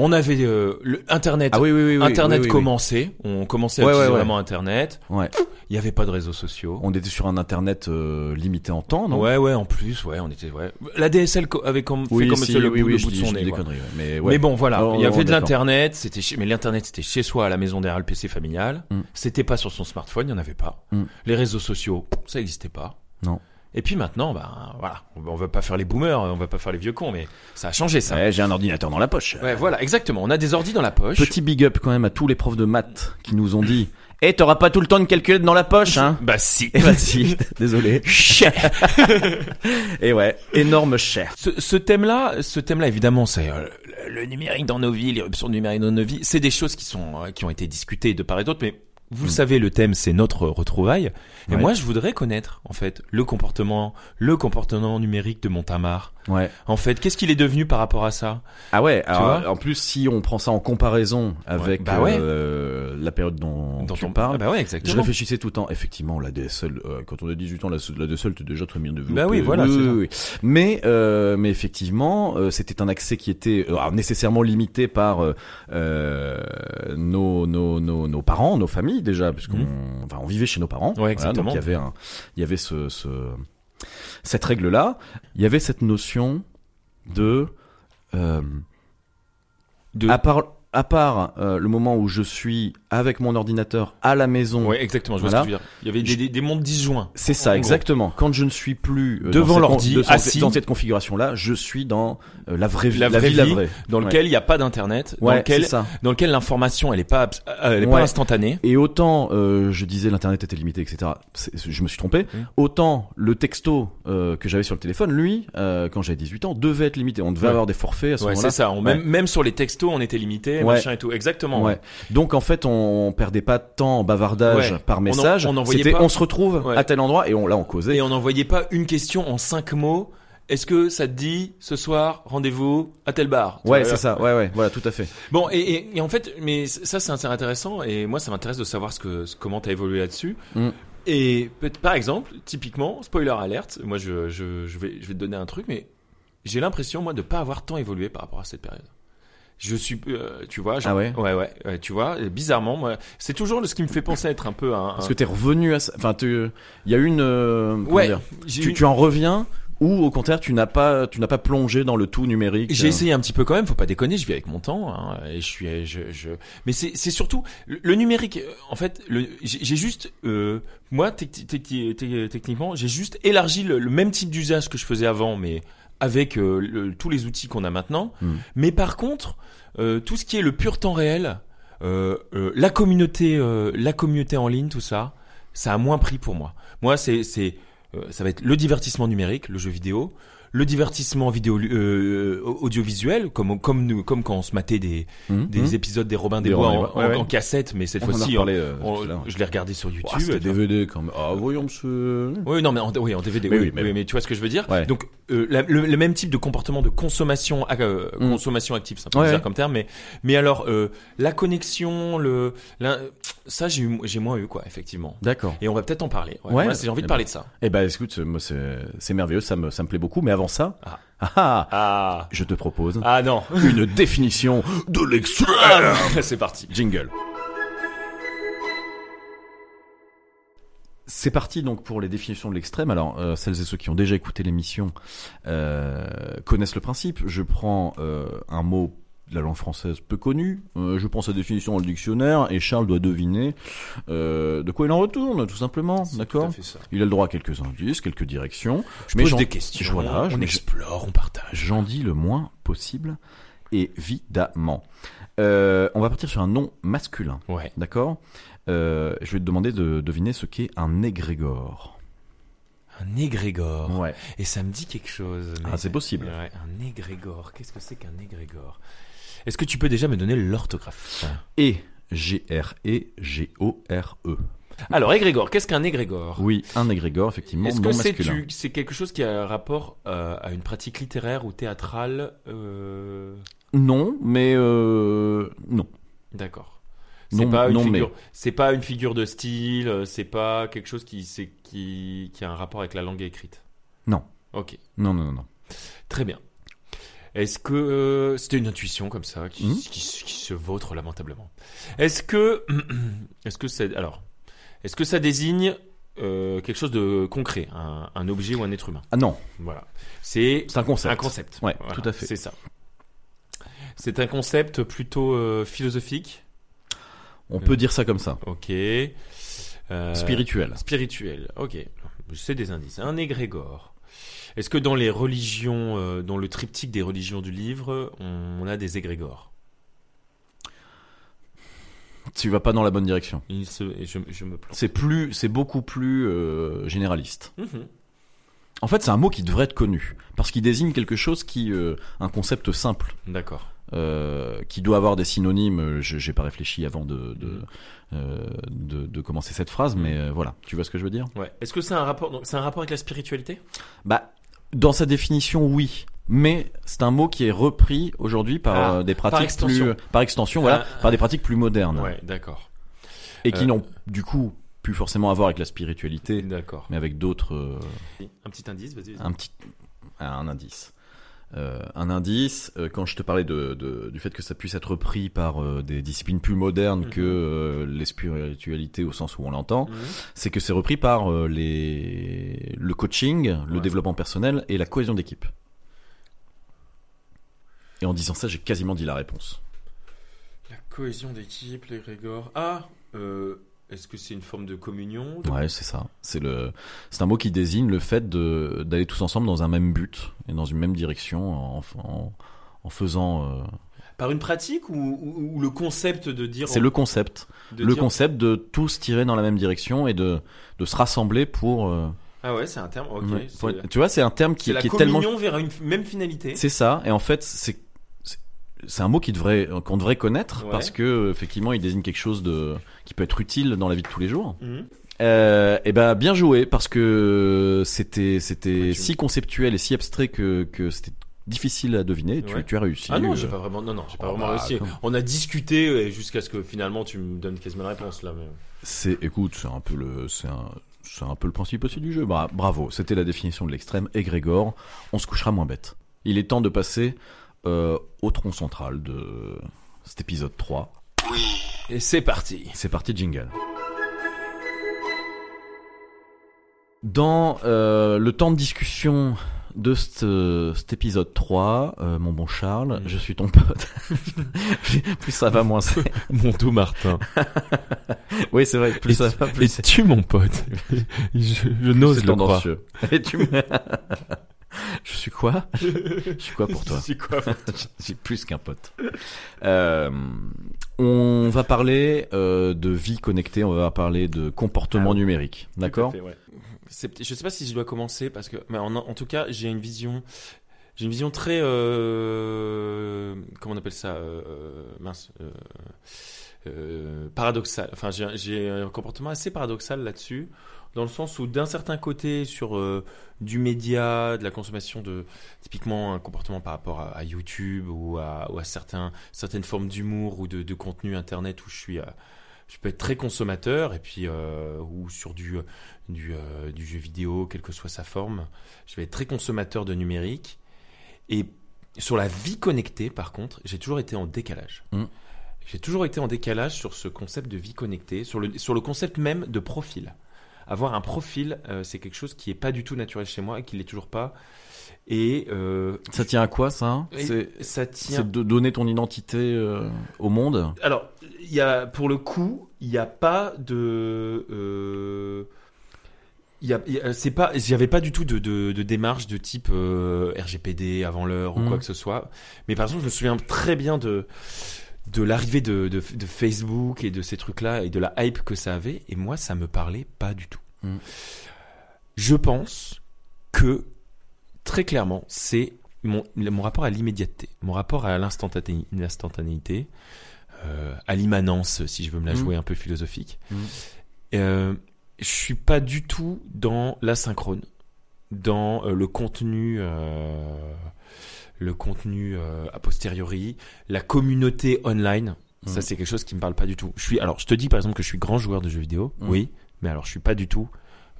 S8: On avait euh, le Internet.
S9: Ah oui, oui, oui. oui,
S8: Internet
S9: oui, oui, oui.
S8: commençait, on commençait à
S9: Ouais,
S8: utiliser
S9: ouais, ouais.
S8: vraiment Internet.
S9: Ouais.
S8: Il n'y avait pas de réseaux sociaux.
S9: On était sur un Internet euh, limité en temps, non
S8: Ouais, ouais, en plus, ouais, on était, ouais. La DSL co- avait comme, fait
S9: Oui,
S8: comme
S9: si,
S8: ça le,
S9: oui,
S8: bout-
S9: oui,
S8: le
S9: je
S8: bout de
S9: dis-
S8: son
S9: je dis
S8: nez.
S9: des
S8: quoi.
S9: conneries, ouais. Mais,
S8: Mais
S9: ouais.
S8: bon, voilà,
S9: Non,
S8: il y
S9: non,
S8: avait de
S9: d'accord.
S8: l'internet, c'était chez... mais l'internet c'était chez soi à la maison derrière le PC familial.
S9: Mm.
S8: C'était pas sur son smartphone, il y en avait pas.
S9: Mm.
S8: Les réseaux sociaux, ça n'existait pas.
S9: Non.
S8: Et puis maintenant, bah voilà, on on va pas faire les boomers, on va pas faire les vieux cons, mais ça a changé ça. Ouais,
S9: Ouais, j'ai un ordinateur dans la poche.
S8: voilà, exactement. On a des ordi dans la poche.
S9: Petit big up quand même à tous les profs de maths qui nous ont dit Eh, t'auras pas tout le temps de calculer dans la poche, hein
S8: Bah si.
S9: (laughs) Eh bah si, désolé. (laughs)
S8: Chais.
S9: Et ouais, énorme cher.
S8: ce, ce thème-là, ce thème-là, évidemment, c'est euh, le, le numérique dans nos vies, l'irruption du numérique dans nos vies. C'est des choses qui sont euh, qui ont été discutées de part et d'autre, mais vous le savez, le thème, c'est notre euh, retrouvaille. Et
S9: Mm. Ouais.
S8: moi, je voudrais connaître, en fait, le comportement, le comportement numérique de Montamar.
S9: Ouais.
S8: En fait, qu'est-ce qu'il est devenu par rapport à ça
S9: Ah ouais, alors,
S8: vois
S9: en plus, si on prend ça en comparaison avec
S8: Bah ouais.
S9: euh, la période dont,
S8: Dont
S9: tu
S8: on
S9: parles,
S8: Ah bah ouais,
S9: je
S8: exactement.
S9: réfléchissais tout le temps. Effectivement, la DSL, euh, quand on a 18 ans, la, la DSL, t'es déjà très bien développée.
S8: Bah oui, voilà, c'est ça.
S9: oui. Mais, euh, mais effectivement, euh, c'était un accès qui était euh, alors, nécessairement limité par euh, euh, nos, nos, nos, nos parents, nos familles déjà, parce qu'on
S8: Mhm.
S9: enfin, on vivait chez nos parents.
S8: Ouais, exactement.
S9: donc il y avait, un, il y avait ce, ce- cette règle-là. Il y avait cette notion de euh,
S8: De-
S9: à part, à part euh, le moment où je suis avec mon ordinateur à la maison.
S8: Ouais, exactement, je vois
S9: Voilà.
S8: ce que tu veux dire. Il y avait des,
S9: Je-
S8: des, des mondes disjoints.
S9: C'est
S8: En
S9: ça,
S8: gros.
S9: exactement. Quand je ne suis plus euh,
S8: Devant
S9: dans cette con-
S8: l'ordi,
S9: de- dans,
S8: assis.
S9: dans cette configuration-là, je suis dans euh, la vraie vie,
S8: La
S9: la,
S8: vraie
S9: vie, la
S8: vie,
S9: vraie.
S8: Dans
S9: Ouais.
S8: lequel il n'y a pas d'internet, dans
S9: Ouais,
S8: lequel
S9: c'est ça.
S8: dans lequel l'information elle est pas abs- euh, elle est pas
S9: Ouais.
S8: instantanée.
S9: Et autant euh, je disais l'internet était limité, etc. c'est- Je me suis trompé.
S8: Mm.
S9: Autant le texto euh, que j'avais sur le téléphone, lui, euh, quand j'avais 18 ans, devait être limité. On devait
S8: Ouais.
S9: avoir des forfaits à ce
S8: Ouais, c'est
S9: moment-là.
S8: ça. On- Même même sur les textos, on était limité,
S9: Ouais.
S8: machin et tout. Exactement.
S9: Ouais. Donc en fait, on, perdait pas de temps en bavardage
S8: Ouais.
S9: par
S8: en-
S9: message.
S8: on envoyait
S9: C'était
S8: pas-
S9: on se retrouve
S8: Ouais.
S9: à tel endroit et on là on causait.
S8: Et on n'envoyait pas une question en cinq mots. Est-ce que ça te dit ce soir rendez-vous à tel bar Tu
S9: Ouais,
S8: vois,
S9: c'est ça. Ouais, ouais, voilà, tout à fait.
S8: Bon, et, et, et en fait, mais ça c'est assez intéressant et moi ça m'intéresse de savoir ce que, ce- comment t'as évolué là-dessus.
S9: Mm.
S8: Et peut- par exemple, typiquement, spoiler alerte, moi je, je, je, vais, je vais te donner un truc, mais j'ai l'impression moi de pas avoir tant évolué par rapport à cette période. Je suis, euh, tu vois, genre-
S9: Ah ouais
S8: ouais, ouais, ouais, tu vois, et bizarrement, moi, c'est toujours ce qui me fait penser être un peu un.
S9: Parce
S8: un-
S9: que t'es revenu à, ça- enfin, tu, il y a une, euh, comment
S8: ouais,
S9: dire,
S8: j'ai
S9: tu,
S8: eu-
S9: tu en reviens ou au contraire tu n'as pas, tu n'as pas plongé dans le tout numérique.
S8: J'ai
S9: euh,
S8: essayé un petit peu quand même, faut pas déconner, je vis avec mon temps, hein, et je suis, je, je... mais c'est, c'est surtout le, le numérique. euh, En fait, le, j'ai, j'ai juste, euh, moi, tec- tec- tec- techniquement, j'ai juste élargi le, le même type d'usage que je faisais avant, mais avec euh, le- tous les outils qu'on a maintenant.
S9: Mm.
S8: Mais par contre, euh, tout ce qui est le pur temps réel, euh, euh, la communauté, euh, la communauté en ligne, tout ça, ça a moins pris pour moi. Moi, c'est, c'est, euh, ça va être le divertissement numérique, le jeu vidéo, le divertissement vidéo euh, audiovisuel, comme comme nous, comme quand on se matait des
S9: hum,
S8: des
S9: hum.
S8: épisodes des Robins des,
S9: Des
S8: Bois,
S9: Robins des
S8: en,
S9: Bois, ouais,
S8: en-
S9: ouais.
S8: en cassette, mais cette
S9: On en a
S8: fois-ci,
S9: reparlé, euh,
S8: on-
S9: tout à l'heure.
S8: je l'ai regardé sur YouTube.
S9: Ouah, c'était DVD quand même. Ah voyons monsieur.
S8: oui, non, mais en, oui, en DVD,
S9: Mais
S8: oui,
S9: oui, mais
S8: oui,
S9: bon.
S8: mais tu vois ce que je veux dire.
S9: Ouais.
S8: Donc, euh, la- le, le même type de comportement de consommation, euh,
S9: Mm.
S8: consommation active, c'est un peu
S9: Ouais,
S8: bizarre
S9: ouais.
S8: comme terme, mais, mais alors, euh, la connexion, le, la- ça, j'ai eu- j'ai moins eu, quoi, effectivement.
S9: D'accord.
S8: Et on va peut-être en parler. Ouais.
S9: Ouais.
S8: Moi, c'est- j'ai envie de
S9: Eh
S8: parler de ça.
S9: Eh ben, écoute, moi, c'est c'est merveilleux, ça me, ça me plaît beaucoup, mais avant ça,
S8: Ah.
S9: ah ah,
S8: Ah.
S9: je te propose
S8: Ah non.
S9: une définition de l'extrême
S2: Ah, (laughs)
S8: c'est parti.
S9: Jingle. C'est parti donc pour les définitions de l'extrême. Alors, euh, celles et ceux qui ont déjà écouté l'émission euh, connaissent le principe. Je prends euh, un mot de la langue française peu connu, Euh, je prends sa définition dans le dictionnaire et Charles doit deviner euh, de quoi il en retourne, tout simplement. D'accord Il a le droit à quelques indices, quelques directions.
S8: Je pose
S9: j'en-
S8: des questions.
S9: Voilà, je-
S8: on
S9: mais je-
S8: explore, on partage.
S9: j'en dis le moins possible, évidemment. Euh, on va partir sur un nom masculin,
S8: Ouais.
S9: d'accord Euh, Je vais te demander de deviner ce qu'est un égrégore.
S8: Un égrégore.
S9: Ouais.
S8: Et ça me dit quelque chose.
S9: Ah,
S8: mais-
S9: c'est possible.
S8: Ouais, un égrégore. Qu'est-ce que c'est qu'un égrégore Est-ce que tu peux déjà me donner l'orthographe
S9: E G R E G O R E.
S8: Alors, égrégore, qu'est-ce qu'un égrégore
S9: Oui, un égrégore effectivement,
S8: Est-ce
S9: nom
S8: que c'est
S9: masculin.
S8: tu- c'est quelque chose qui a un rapport euh, à une pratique littéraire ou théâtrale euh,
S9: Non, mais euh, non.
S8: D'accord.
S9: Non,
S8: C'est pas, une
S9: non,
S8: figure- c'est pas une figure de style, euh, c'est pas quelque chose qui, c'est- qui, qui a un rapport avec la langue écrite.
S9: Non.
S8: Ok,
S9: Non, non, non, non.
S8: très bien. Est-ce que euh, c'était une intuition comme ça qui,
S9: Mhm.
S8: qui se- qui se vautre lamentablement Est-ce que (clears throat) est-ce que c'est alors est-ce que ça désigne euh, quelque chose de concret, un, un objet ou un être humain
S9: Ah non,
S8: Voilà. C'est
S9: c'est un concept.
S8: un concept.
S9: Ouais,
S8: Voilà,
S9: tout à fait.
S8: C'est ça. C'est un concept plutôt euh, philosophique.
S9: On peut dire ça comme ça.
S8: Ok. Euh,
S9: Spirituel.
S8: Spirituel. Ok. Je sais des indices. hein. Un égrégore. Est-ce que dans les religions, euh, dans le triptyque des religions du livre, on a des égrégores
S9: Tu vas pas dans la bonne direction.
S8: Il se, et je, je me plante.
S9: C'est plus, c'est beaucoup plus euh, généraliste.
S8: Mhm.
S9: En fait, c'est un mot qui devrait être connu parce qu'il désigne quelque chose qui, euh, un concept simple,
S8: D'accord.
S9: euh, qui doit avoir des synonymes. euh, je- J'ai pas réfléchi avant de
S8: Mhm.
S9: de, euh, de de commencer cette phrase, mais euh, voilà. Tu vois ce que je veux dire
S8: Ouais. Est-ce que c'est un rapport, donc c'est un rapport avec la spiritualité
S9: Bah, dans sa définition, oui. Mais c'est un mot qui est repris aujourd'hui par
S8: Ah,
S9: euh, des pratiques
S8: extension.
S9: plus, par extension, voilà,
S8: Ah,
S9: par des pratiques plus modernes
S8: Ouais. D'accord.
S9: et qui
S8: Euh.
S9: n'ont du coup plus forcément à voir avec la spiritualité,
S8: D'accord.
S9: mais avec d'autres. euh,
S8: Un petit indice, vas-y. vas-y.
S9: un petit ah, un indice. Euh, un indice, euh, quand je te parlais de, de- du fait que ça puisse être repris par euh, des disciplines plus modernes
S8: Mhm.
S9: que euh, les spiritualités au sens où on l'entend,
S8: Mhm.
S9: c'est que c'est repris par euh, les, le coaching, le
S8: Ouais.
S9: développement personnel et la cohésion d'équipe. Et en disant ça, j'ai quasiment dit la réponse.
S8: La cohésion d'équipe, les Grégor. Ah euh, Est-ce que c'est une forme de communion de-
S9: Ouais, c'est ça. C'est le, c'est un mot qui désigne le fait de d'aller tous ensemble dans un même but et dans une même direction en, en, en faisant. euh,
S8: Par une pratique ou, ou- ou le concept de dire.
S9: C'est le concept.
S8: de
S9: le
S8: dire-
S9: concept de tous tirer dans la même direction et de, de se rassembler pour. euh,
S8: Ah ouais, c'est un terme. Ok.
S9: ouais,
S8: c'est
S9: pour- tu vois, c'est un terme
S8: c'est
S9: qui,
S8: la
S9: qui est
S8: communion
S9: tellement.
S8: vers une f- même finalité.
S9: C'est ça, et en fait, c'est. c'est- C'est un mot qui devrait, qu'on devrait connaître
S8: Ouais.
S9: parce que euh, effectivement, il désigne quelque chose de qui peut être utile dans la vie de tous les jours.
S8: Mhm.
S9: Euh, et ben bien joué parce que c'était c'était
S8: Ouais, tu-
S9: si conceptuel et si abstrait que que c'était difficile à deviner. Tu,
S8: Ouais.
S9: tu as réussi.
S8: Ah non,
S9: Euh,
S8: j'ai pas vraiment, non, non, j'ai pas
S9: oh,
S8: vraiment
S9: bah,
S8: réussi.
S9: attends.
S8: On a discuté euh, jusqu'à ce que finalement tu me donnes quasiment la réponse là. mais-
S9: C'est, écoute, c'est un peu le, c'est un, c'est un peu le principe aussi du jeu. Bah, bravo, c'était la définition de l'extrême. Et Grégor, on se couchera moins bête. Il est temps de passer euh, au tronc central de cet épisode 3.
S8: Et c'est parti.
S9: C'est parti, jingle. Dans euh, le temps de discussion de cet, euh, cet épisode 3, euh, mon bon Charles,
S8: Mm.
S9: je suis ton pote. (laughs) plus ça va,
S8: (laughs)
S9: moins c'est.
S8: (laughs) Mon tout (laughs) Martin.
S9: Oui, c'est vrai, plus ça va, plus c'est.
S8: tu mon pote. (laughs) je
S9: C'est tendancieux. (laughs) Et tu me- Je suis quoi Je suis quoi pour toi
S8: C'est quoi
S9: (laughs) J'ai plus qu'un pote. Euh, on va parler euh, de vie connectée, on va parler de comportement
S8: Ah oui.
S9: numérique, d'accord
S8: Tout à fait, ouais. C'est peut- Je sais pas si je dois commencer parce que, mais en, en tout cas, j'ai une vision, j'ai une vision très, euh, comment on appelle ça, euh, mince, euh, euh, paradoxale. Enfin, j'ai- j'ai un comportement assez paradoxal là-dessus, dans le sens où d'un certain côté, sur euh, du média, de la consommation de, typiquement un comportement par rapport à, à YouTube ou à, ou à certains, certaines formes d'humour ou de, de contenu internet où je suis. euh, je peux être très consommateur et puis euh, ou sur du du, euh, du jeu vidéo, quelle que soit sa forme. Je vais être très consommateur de numérique. Et sur la vie connectée, par contre, j'ai toujours été en décalage.
S9: Mm.
S8: J'ai toujours été en décalage sur ce concept de vie connectée, sur le, sur le concept même de profil. Avoir un profil, euh, c'est quelque chose qui n'est pas du tout naturel chez moi et qui l'est toujours pas. Et, euh,
S9: Ça tient à quoi ça
S8: et
S9: C'est
S8: ça tient.
S9: c'est de donner ton identité euh, au monde
S8: Alors, il y a, pour le coup, il n'y a pas de. euh, il y a- il y a- c'est pas, j'avais pas du tout de, de- de démarche de type euh, RGPD avant l'heure ou
S9: Mhm.
S8: quoi que ce soit. Mais par exemple, je me souviens très bien de de l'arrivée de, de- de Facebook et de ces trucs-là et de la hype que ça avait. Et moi, ça me parlait pas du tout.
S9: Mhm.
S8: Je pense que très clairement, c'est mon, mon rapport à l'immédiaté, mon rapport à l'instantané- l'instantanéité, euh, à l'immanence, si je veux me la
S9: Mhm.
S8: jouer un peu philosophique.
S9: Mhm.
S8: Euh, je suis pas du tout dans l'asynchrone, dans euh, le contenu, euh, le contenu euh, a posteriori, la communauté online. Ça,
S9: Mhm.
S8: c'est quelque chose qui me parle pas du tout. Je suis, alors, je te dis par exemple que je suis grand joueur de jeux vidéo,
S9: Mhm.
S8: oui, mais alors je suis pas du tout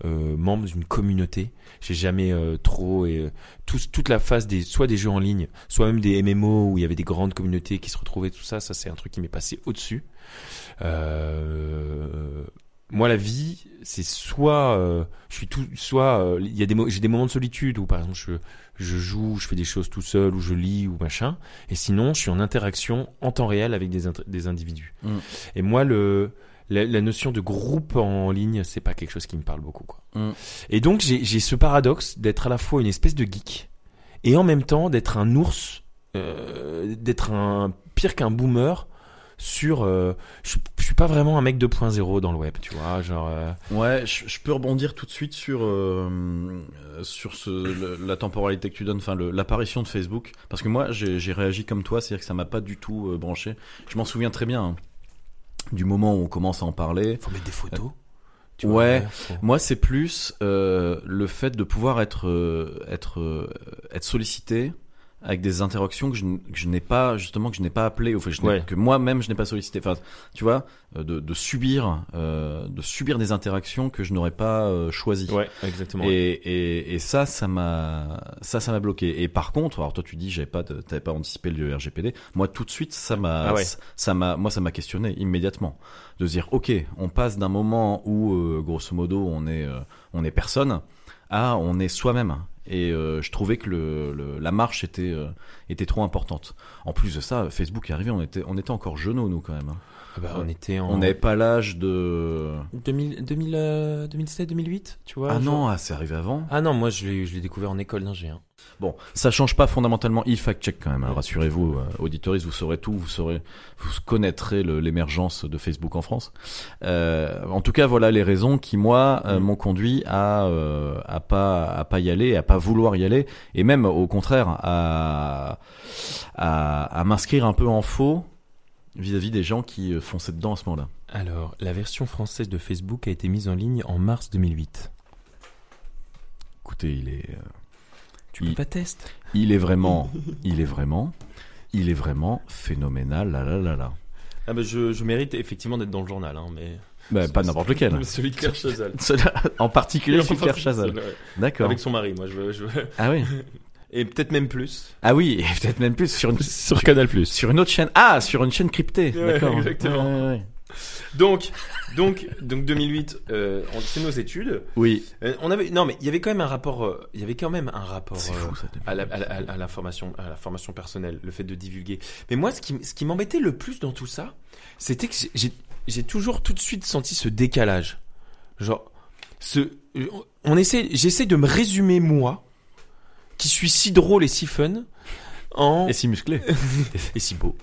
S8: euh, membre d'une communauté. J'ai jamais euh, trop et euh, tout- toute la phase des soit des jeux en ligne, soit même des MMO où il y avait des grandes communautés qui se retrouvaient tout ça. Ça c'est un truc qui m'est passé Euh, au dessus. moi la vie c'est soit euh, je suis tout soit euh, il y a des mo- j'ai des moments de solitude où par exemple je je joue, je fais des choses tout seul ou je lis ou machin. Et sinon je suis en interaction en temps réel avec des int- des individus.
S9: Mm.
S8: Et moi le la, la notion de groupe en ligne, c'est pas quelque chose qui me parle beaucoup, quoi.
S9: Mm.
S8: Et donc, j'ai j'ai ce paradoxe d'être à la fois une espèce de geek et en même temps d'être un ours, euh, d'être un pire qu'un boomer sur. euh, je, suis- je suis pas vraiment un mec 2.0 dans le web, tu vois, genre. euh,
S9: Ouais, je, je peux rebondir tout de suite sur euh, euh, sur ce, le- la temporalité que tu donnes, enfin le- l'apparition de Facebook, parce que moi j'ai j'ai réagi comme toi, c'est-à-dire que ça m'a pas du tout euh, branché. Je m'en souviens très bien hein, du moment où on commence à en parler.
S8: faut mettre des photos. euh,
S9: Ouais.
S8: faut-
S9: Moi, c'est plus euh, le fait de pouvoir être euh, être euh, être sollicité avec des interactions que je, n- que je n'ai pas justement que je n'ai pas appelé ou je n'ai-
S8: Ouais.
S9: que moi-même je n'ai pas sollicité. Enfin, tu vois, euh, de, de subir euh, de subir des interactions que je n'aurais pas euh, choisies.
S8: Ouais, exactement.
S9: Et, et, et ça, ça m'a, ça, ça m'a bloqué. Et par contre, alors toi, tu dis, j'avais pas, de- t'avais pas anticipé le RGPD. Moi, tout de suite, ça m'a,
S8: Ah ouais.
S9: ça, ça m'a, moi, ça m'a questionné immédiatement. De se dire, ok, on passe d'un moment où, euh, grosso modo, on est, euh, on est personne, à on est soi-même. et euh, je trouvais que le, le- la marche était, euh, était trop importante. En plus de ça, Facebook est arrivé, on était, on était encore jeunes, nous, quand même. hein.
S8: ah bah, on était en
S9: On n'avait pas l'âge de...
S8: 2000, 2000, euh, 2007, 2008, tu vois.
S9: Ah
S8: genre.
S9: non, ah, c'est arrivé avant
S8: Ah non, moi je l'ai je l'ai découvert en école d'ingé. hein.
S9: Bon, ça change pas fondamentalement il fact check quand même. hein, Rassurez-vous, euh, auditoristes, vous saurez tout, vous saurez, vous connaîtrez le- l'émergence de Facebook en France. Euh, en tout cas, voilà les raisons qui moi euh,
S8: Mm.
S9: m'ont conduit à euh, à pas à pas y aller, à pas vouloir y aller, et même au contraire à à, à m'inscrire un peu en faux vis-à-vis des gens qui euh, fonçaient dedans à ce moment-là.
S8: Alors, la version française de Facebook a été mise en ligne en mars 2008.
S9: Écoutez, il est euh,
S8: Tu peux
S9: Il-
S8: pas test
S9: il est vraiment, il est vraiment, il est vraiment phénoménal. Là là là là.
S8: Ah bah je, je mérite effectivement d'être dans le journal, hein, mais...
S9: Bah, pas n'importe lequel.
S8: Celui de Claire Chazal.
S9: Cela- en particulier celui de Claire Chazal.
S8: Ouais.
S9: D'accord.
S8: Avec son mari, moi je veux... je veux-
S9: Ah oui.
S8: Et peut-être même plus.
S9: Ah oui, et peut-être même plus sur une,
S8: (laughs) Sur Canal+.
S9: sur une autre chaîne. Ah, sur une chaîne cryptée.
S8: Ouais,
S9: D'accord.
S8: exactement.
S9: Ouais, ouais, ouais.
S8: Donc, donc, donc 2008, euh, on fait nos études.
S9: Oui.
S8: Euh, on avait, non mais il y avait quand même un rapport, euh, il y avait quand même un rapport
S9: C'est
S8: euh,
S9: fou ça.
S8: à la- à la- à la- à l'information, à la formation personnelle, le fait de divulguer. Mais moi, ce qui, m- ce qui m'embêtait le plus dans tout ça, c'était que j'ai- j'ai, j'ai toujours tout de suite senti ce décalage. Genre, ce, on essaie, j'essaie de me résumer moi, qui suis si drôle et si fun, en
S9: Et si musclé.
S8: et si beau.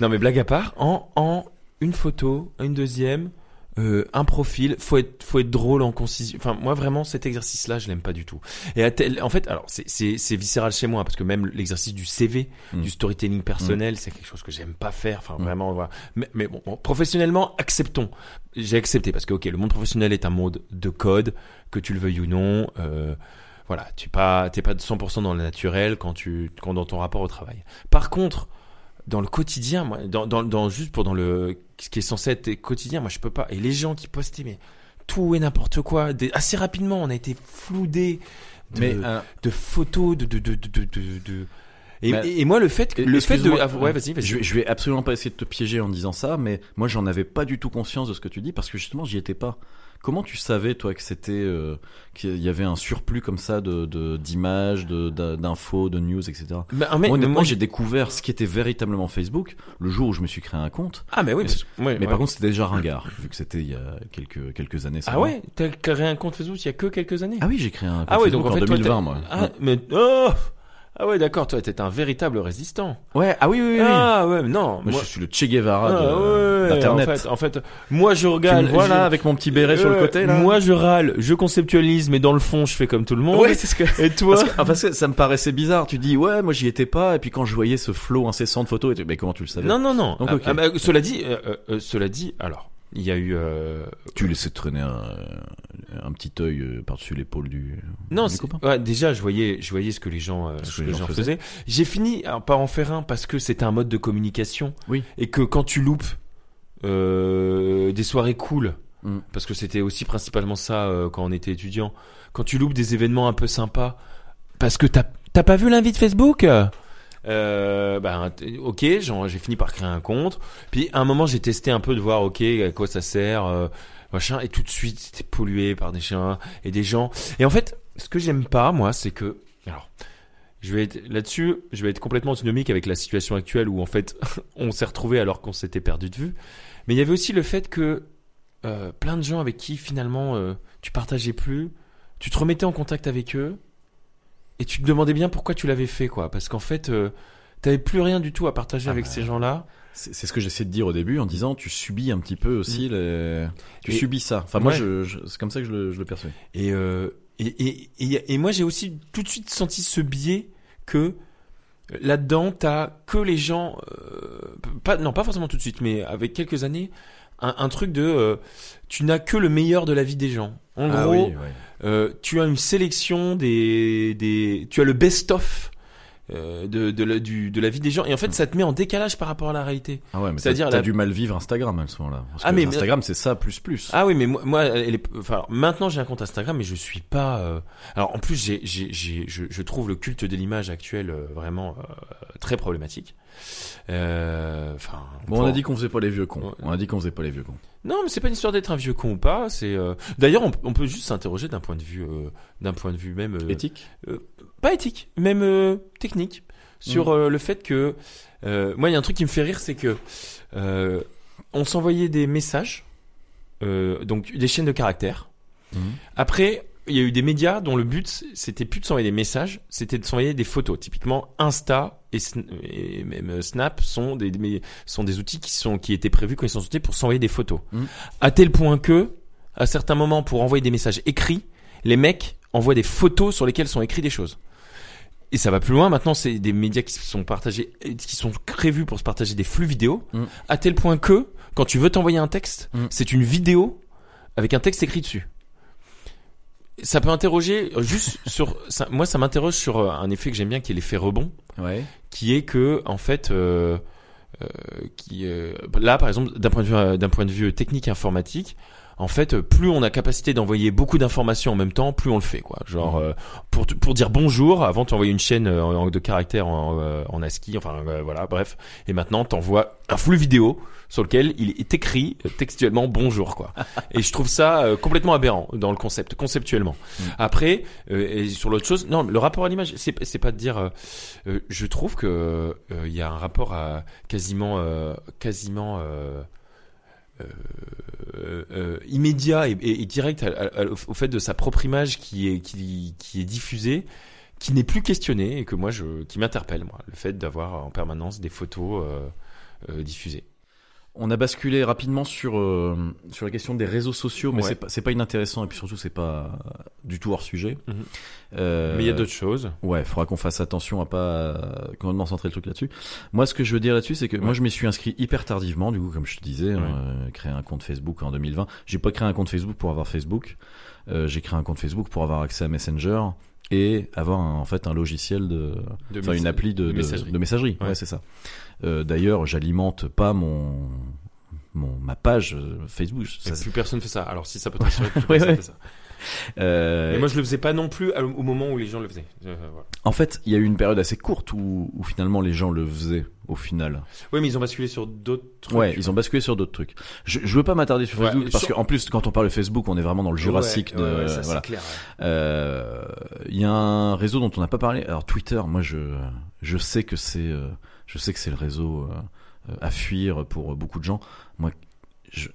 S8: Non mais blague à part, en, en une photo, une deuxième, euh, un profil, faut être, faut être drôle en concision. Enfin moi vraiment cet exercice-là je l'aime pas du tout. Et à tel, en fait alors c'est- c'est c'est viscéral chez moi parce que même l'exercice du CV,
S9: Mm.
S8: du storytelling personnel, c'est quelque chose que j'aime pas faire. Enfin
S9: Mm.
S8: vraiment voilà. Mais, mais bon, bon, professionnellement acceptons. J'ai accepté parce que ok le monde professionnel est un monde de code que tu le veuilles ou non. euh, voilà, tu n'es pas, t'es pas de 100% dans le naturel quand, tu, quand dans ton rapport au travail. Par contre, dans le quotidien, moi, dans, dans, dans- juste pour dans le ce qui est censé être quotidien, moi je peux pas. Et les gens qui postaient mais tout et n'importe quoi, des- assez rapidement, on a été floudé de,
S9: Mais euh,
S8: de photos, de de de de de. de- de- Et,
S9: Mais-
S8: et- et moi le fait que- le fait de
S9: excuse-moi,
S8: ah, ouais vas-y vas-y
S9: Je, vais- je vais absolument pas essayer de te piéger en disant ça, mais moi j'en avais pas du tout conscience de ce que tu dis parce que justement j'y étais pas. Comment tu savais toi que c'était euh, qu'il y avait un surplus comme ça de de- d'images, de d'in- d'infos, de news, etc.
S8: Bah, mais,
S9: moi,
S8: mais
S9: honnêtement,
S8: moi,
S9: j'ai découvert ce qui était véritablement Facebook le jour où je me suis créé un compte.
S8: ah mais oui parce- ouais,
S9: Mais
S8: ouais.
S9: par contre, c'était déjà ringard, vu que c'était il y a quelques, quelques années.
S8: ah
S9: seulement.
S8: ouais t'as créé un compte Facebook il y a que quelques années
S9: Ah oui, j'ai créé un compte
S8: Ah ouais, donc en
S9: Facebook
S8: fait, toi,
S9: en 2020,
S8: t'es-
S9: moi.
S8: ah mais oh ah ouais d'accord toi t'es un véritable résistant
S9: Ouais, ah oui, oui, oui.
S8: ah ouais mais non
S9: moi,
S8: moi-
S9: je suis le Che Guevara
S8: Ah,
S9: de-
S8: ouais,
S9: d'Internet.
S8: En fait, en fait, moi je
S9: tu
S8: regarde.
S9: me vois là,
S8: je-
S9: avec mon petit béret sur le
S8: Euh,
S9: côté, là
S8: Moi je râle, je conceptualise, mais dans le fond je fais comme tout le monde.
S9: Ouais, c'est ce que...
S8: Et toi
S9: Parce que, ah, parce que ça me paraissait bizarre. Tu dis, ouais, moi, j'y étais pas. Et puis quand je voyais ce flot incessant de photos, et tu... mais comment tu le savais
S8: Non non non.
S9: Donc,
S8: Ah,
S9: ok.
S8: ah, bah, cela dit, euh, euh, euh, cela dit, alors il y a eu. euh,
S9: Tu laissais traîner un, un petit œil euh, par-dessus l'épaule du...
S8: Non,
S9: du
S8: c'est-
S9: copain.
S8: ouais, déjà je voyais, je voyais ce que les gens, euh, ce que les gens faisaient. J'ai fini alors, par en faire un parce que c'était un mode de communication.
S9: Oui.
S8: Et que quand tu loupes euh, des soirées cool,
S9: Mm.
S8: parce que c'était aussi principalement ça euh, quand on était étudiant, quand tu loupes des événements un peu sympas, parce que t'as t'as pas vu l'invite Facebook euh, ben, t- ok, j'en- j'ai fini par créer un compte. Puis à un moment, j'ai testé un peu de voir, ok, à quoi ça sert, euh, machin. Et tout de suite, c'était pollué par des chiens et des gens. Et en fait, ce que j'aime pas, moi, c'est que, alors, je vais être là-dessus, je vais être complètement autonomique avec la situation actuelle où en fait, (laughs) on s'est retrouvé alors qu'on s'était perdu de vue. Mais il y avait aussi le fait que euh, plein de gens avec qui finalement euh, tu partageais plus, tu te remettais en contact avec eux et tu te demandais bien pourquoi tu l'avais fait, quoi. Parce qu'en fait, euh, t'avais plus rien du tout à partager
S9: Ah
S8: avec
S9: bah.
S8: ces gens-là.
S9: C'est c'est ce que j'essaie de dire au début en disant tu subis un petit peu aussi les- tu
S8: Mm. Et-
S9: subis ça. Enfin moi
S8: Ouais.
S9: je, je- c'est comme ça que je le, je le perçois.
S8: Et, euh, et, et, et, et moi, j'ai aussi tout de suite senti ce biais que euh, là-dedans, t'as que les gens, euh, pas, non, pas forcément tout de suite, mais avec quelques années, un, un truc de euh, tu n'as que le meilleur de la vie des gens. En
S9: Ah
S8: gros,
S9: oui, ouais.
S8: euh, tu as une sélection des, des tu as le best-of. euh, De, de, la- du, de la vie des gens et en
S9: Mm.
S8: fait ça te met en décalage par rapport à la réalité
S9: Ah ouais, mais
S8: C'est-à-dire
S9: c'est-à-dire t'as
S8: la-
S9: du mal vivre Instagram à ce moment-là. Parce
S8: Ah,
S9: que
S8: mais-
S9: Instagram c'est ça plus plus.
S8: Ah oui, mais moi, moi elle est- enfin, alors, maintenant j'ai un compte Instagram, mais je suis pas. euh, Alors en plus, j'ai, j'ai, j'ai, je, je trouve le culte de l'image actuelle euh, vraiment euh, très problématique. Euh, Enfin.
S9: Bon, on a dit qu'on faisait pas les vieux
S8: Ouais.
S9: cons. On a dit qu'on faisait pas les vieux cons.
S8: Non, mais c'est pas une histoire d'être un vieux con ou pas. C'est euh, d'ailleurs, on, on peut juste s'interroger d'un point de vue, euh, d'un point de vue même euh,
S9: Éthique
S8: pas éthique, même euh, technique, sur euh, le fait que euh, moi, il y a un truc qui me fait rire, c'est que euh, on s'envoyait des messages, euh, donc des chaînes de caractères.
S9: Mhm.
S8: Après, il y a eu des médias dont le but c'était plus de s'envoyer des messages, c'était de s'envoyer des photos. Typiquement, Insta et, Sn- et même euh, Snap sont des, des- sont des outils qui sont qui étaient prévus quand ils sont sortis pour s'envoyer des photos.
S9: Mhm.
S8: À tel point que à certains moments, pour envoyer des messages écrits, les mecs envoient des photos sur lesquelles sont écrites des choses. Et ça va plus loin. Maintenant, c'est des médias qui se sont partagés, qui sont prévus pour se partager des flux vidéo,
S9: Mm.
S8: à tel point que quand tu veux t'envoyer un texte,
S9: Mm.
S8: c'est une vidéo avec un texte écrit dessus. Ça peut interroger euh, juste (laughs) sur. ça- moi, ça m'interroge sur euh, un effet que j'aime bien, qui est l'effet rebond
S9: Ouais.
S8: qui est que en fait euh, euh, qui euh, là par exemple d'un point de vue euh, d'un point de vue technique informatique en fait, euh, plus on a capacité d'envoyer beaucoup d'informations en même temps, plus on le fait, quoi. Genre, euh, pour, te- pour dire bonjour, avant t'envoyais une chaîne euh, en- de caractères en, euh, en ASCII, enfin euh, voilà, bref. Et maintenant, t'envoies un flux vidéo sur lequel il est écrit euh, textuellement bonjour, quoi. et je trouve ça euh, complètement aberrant dans le concept, conceptuellement. Après, euh, et sur l'autre chose, non, le rapport à l'image, c'est c'est pas de dire, euh, euh, je trouve que euh, il y a un rapport à quasiment, euh, quasiment. euh, euh, euh, immédiat et, et- et direct à- à- à- au fait de sa propre image qui est, qui, qui est diffusée, qui n'est plus questionnée et que moi, je, qui m'interpelle, moi, le fait d'avoir en permanence des photos euh, euh, diffusées.
S9: On a basculé rapidement sur, euh, sur la question des réseaux sociaux, mais
S8: Ouais.
S9: c'est pas, c'est pas inintéressant et puis surtout c'est pas euh, du tout hors sujet.
S8: Mhm.
S9: Euh,
S8: Mais il y a d'autres choses.
S9: Ouais, faudra qu'on fasse attention à pas euh, complètement centrer le truc là-dessus. Moi, ce que je veux dire là-dessus, c'est que moi, je m'y suis inscrit hyper tardivement, du coup, comme je te disais,
S8: Ouais.
S9: euh, créer un compte Facebook en 2020. J'ai pas créé un compte Facebook pour avoir Facebook. Euh, J'ai créé un compte Facebook pour avoir accès à Messenger et avoir un- en fait un logiciel de,
S8: De
S9: enfin, une
S8: messa-
S9: appli de,
S8: de
S9: de- de messagerie.
S8: messagerie.
S9: Ouais,
S8: Ouais.
S9: c'est ça. Euh, D'ailleurs, j'alimente pas mon, mon ma page euh, Facebook.
S8: Et
S9: Ça,
S8: plus personne fait ça. Alors si ça peut t'assurer, plus
S9: Ouais,
S8: personne
S9: ouais.
S8: fait ça.
S9: euh,
S8: Mais moi, je le faisais pas non plus à- au moment où les gens le faisaient. Euh, voilà.
S9: En fait, il y a eu une période assez courte où, où finalement les gens le faisaient au final.
S8: Oui, mais ils ont basculé sur d'autres trucs.
S9: Ouais, ils ont basculé sur d'autres trucs. Je, je veux pas m'attarder sur
S8: Ouais,
S9: Facebook parce
S8: sur-
S9: qu'en plus, quand on parle de Facebook, on est vraiment dans le Jurassique.
S8: Ouais,
S9: de,
S8: ouais, ouais, ça, c'est
S9: voilà.
S8: clair.
S9: Euh, Il y a un réseau dont on n'a pas parlé. Alors Twitter, moi je je sais que c'est euh, je sais que c'est le réseau euh, euh, à fuir pour beaucoup de gens. Moi, je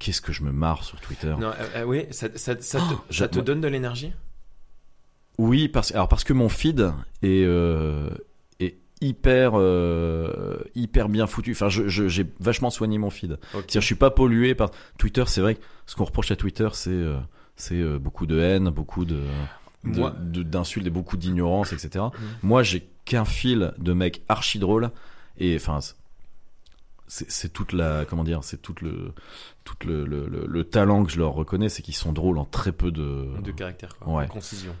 S9: qu'est-ce que je me marre sur Twitter.
S8: Non, euh, euh, ouais, ça, ça- ça te-
S9: Oh,
S8: ça
S9: je-
S8: te donne de l'énergie
S9: Oui, parce alors parce que mon feed est euh, est hyper euh, hyper bien foutu. Enfin, je je- j'ai vachement soigné mon feed.
S8: Ok.
S9: C'est-à-dire, je suis pas pollué par Twitter. C'est vrai que ce qu'on reproche à Twitter, c'est euh, c'est euh, beaucoup de haine, beaucoup de de-
S8: Moi- Mmh.
S9: de- d'insultes et beaucoup d'ignorance, etc. Moi, j'ai qu'un fil de mecs archi drôles et enfin. c'est- C'est c'est toute la comment dire, c'est tout le tout le, le, le, le talent que je leur reconnais, c'est qu'ils sont drôles en très peu de
S8: de caractère, quoi.
S9: ouais.
S8: de concision.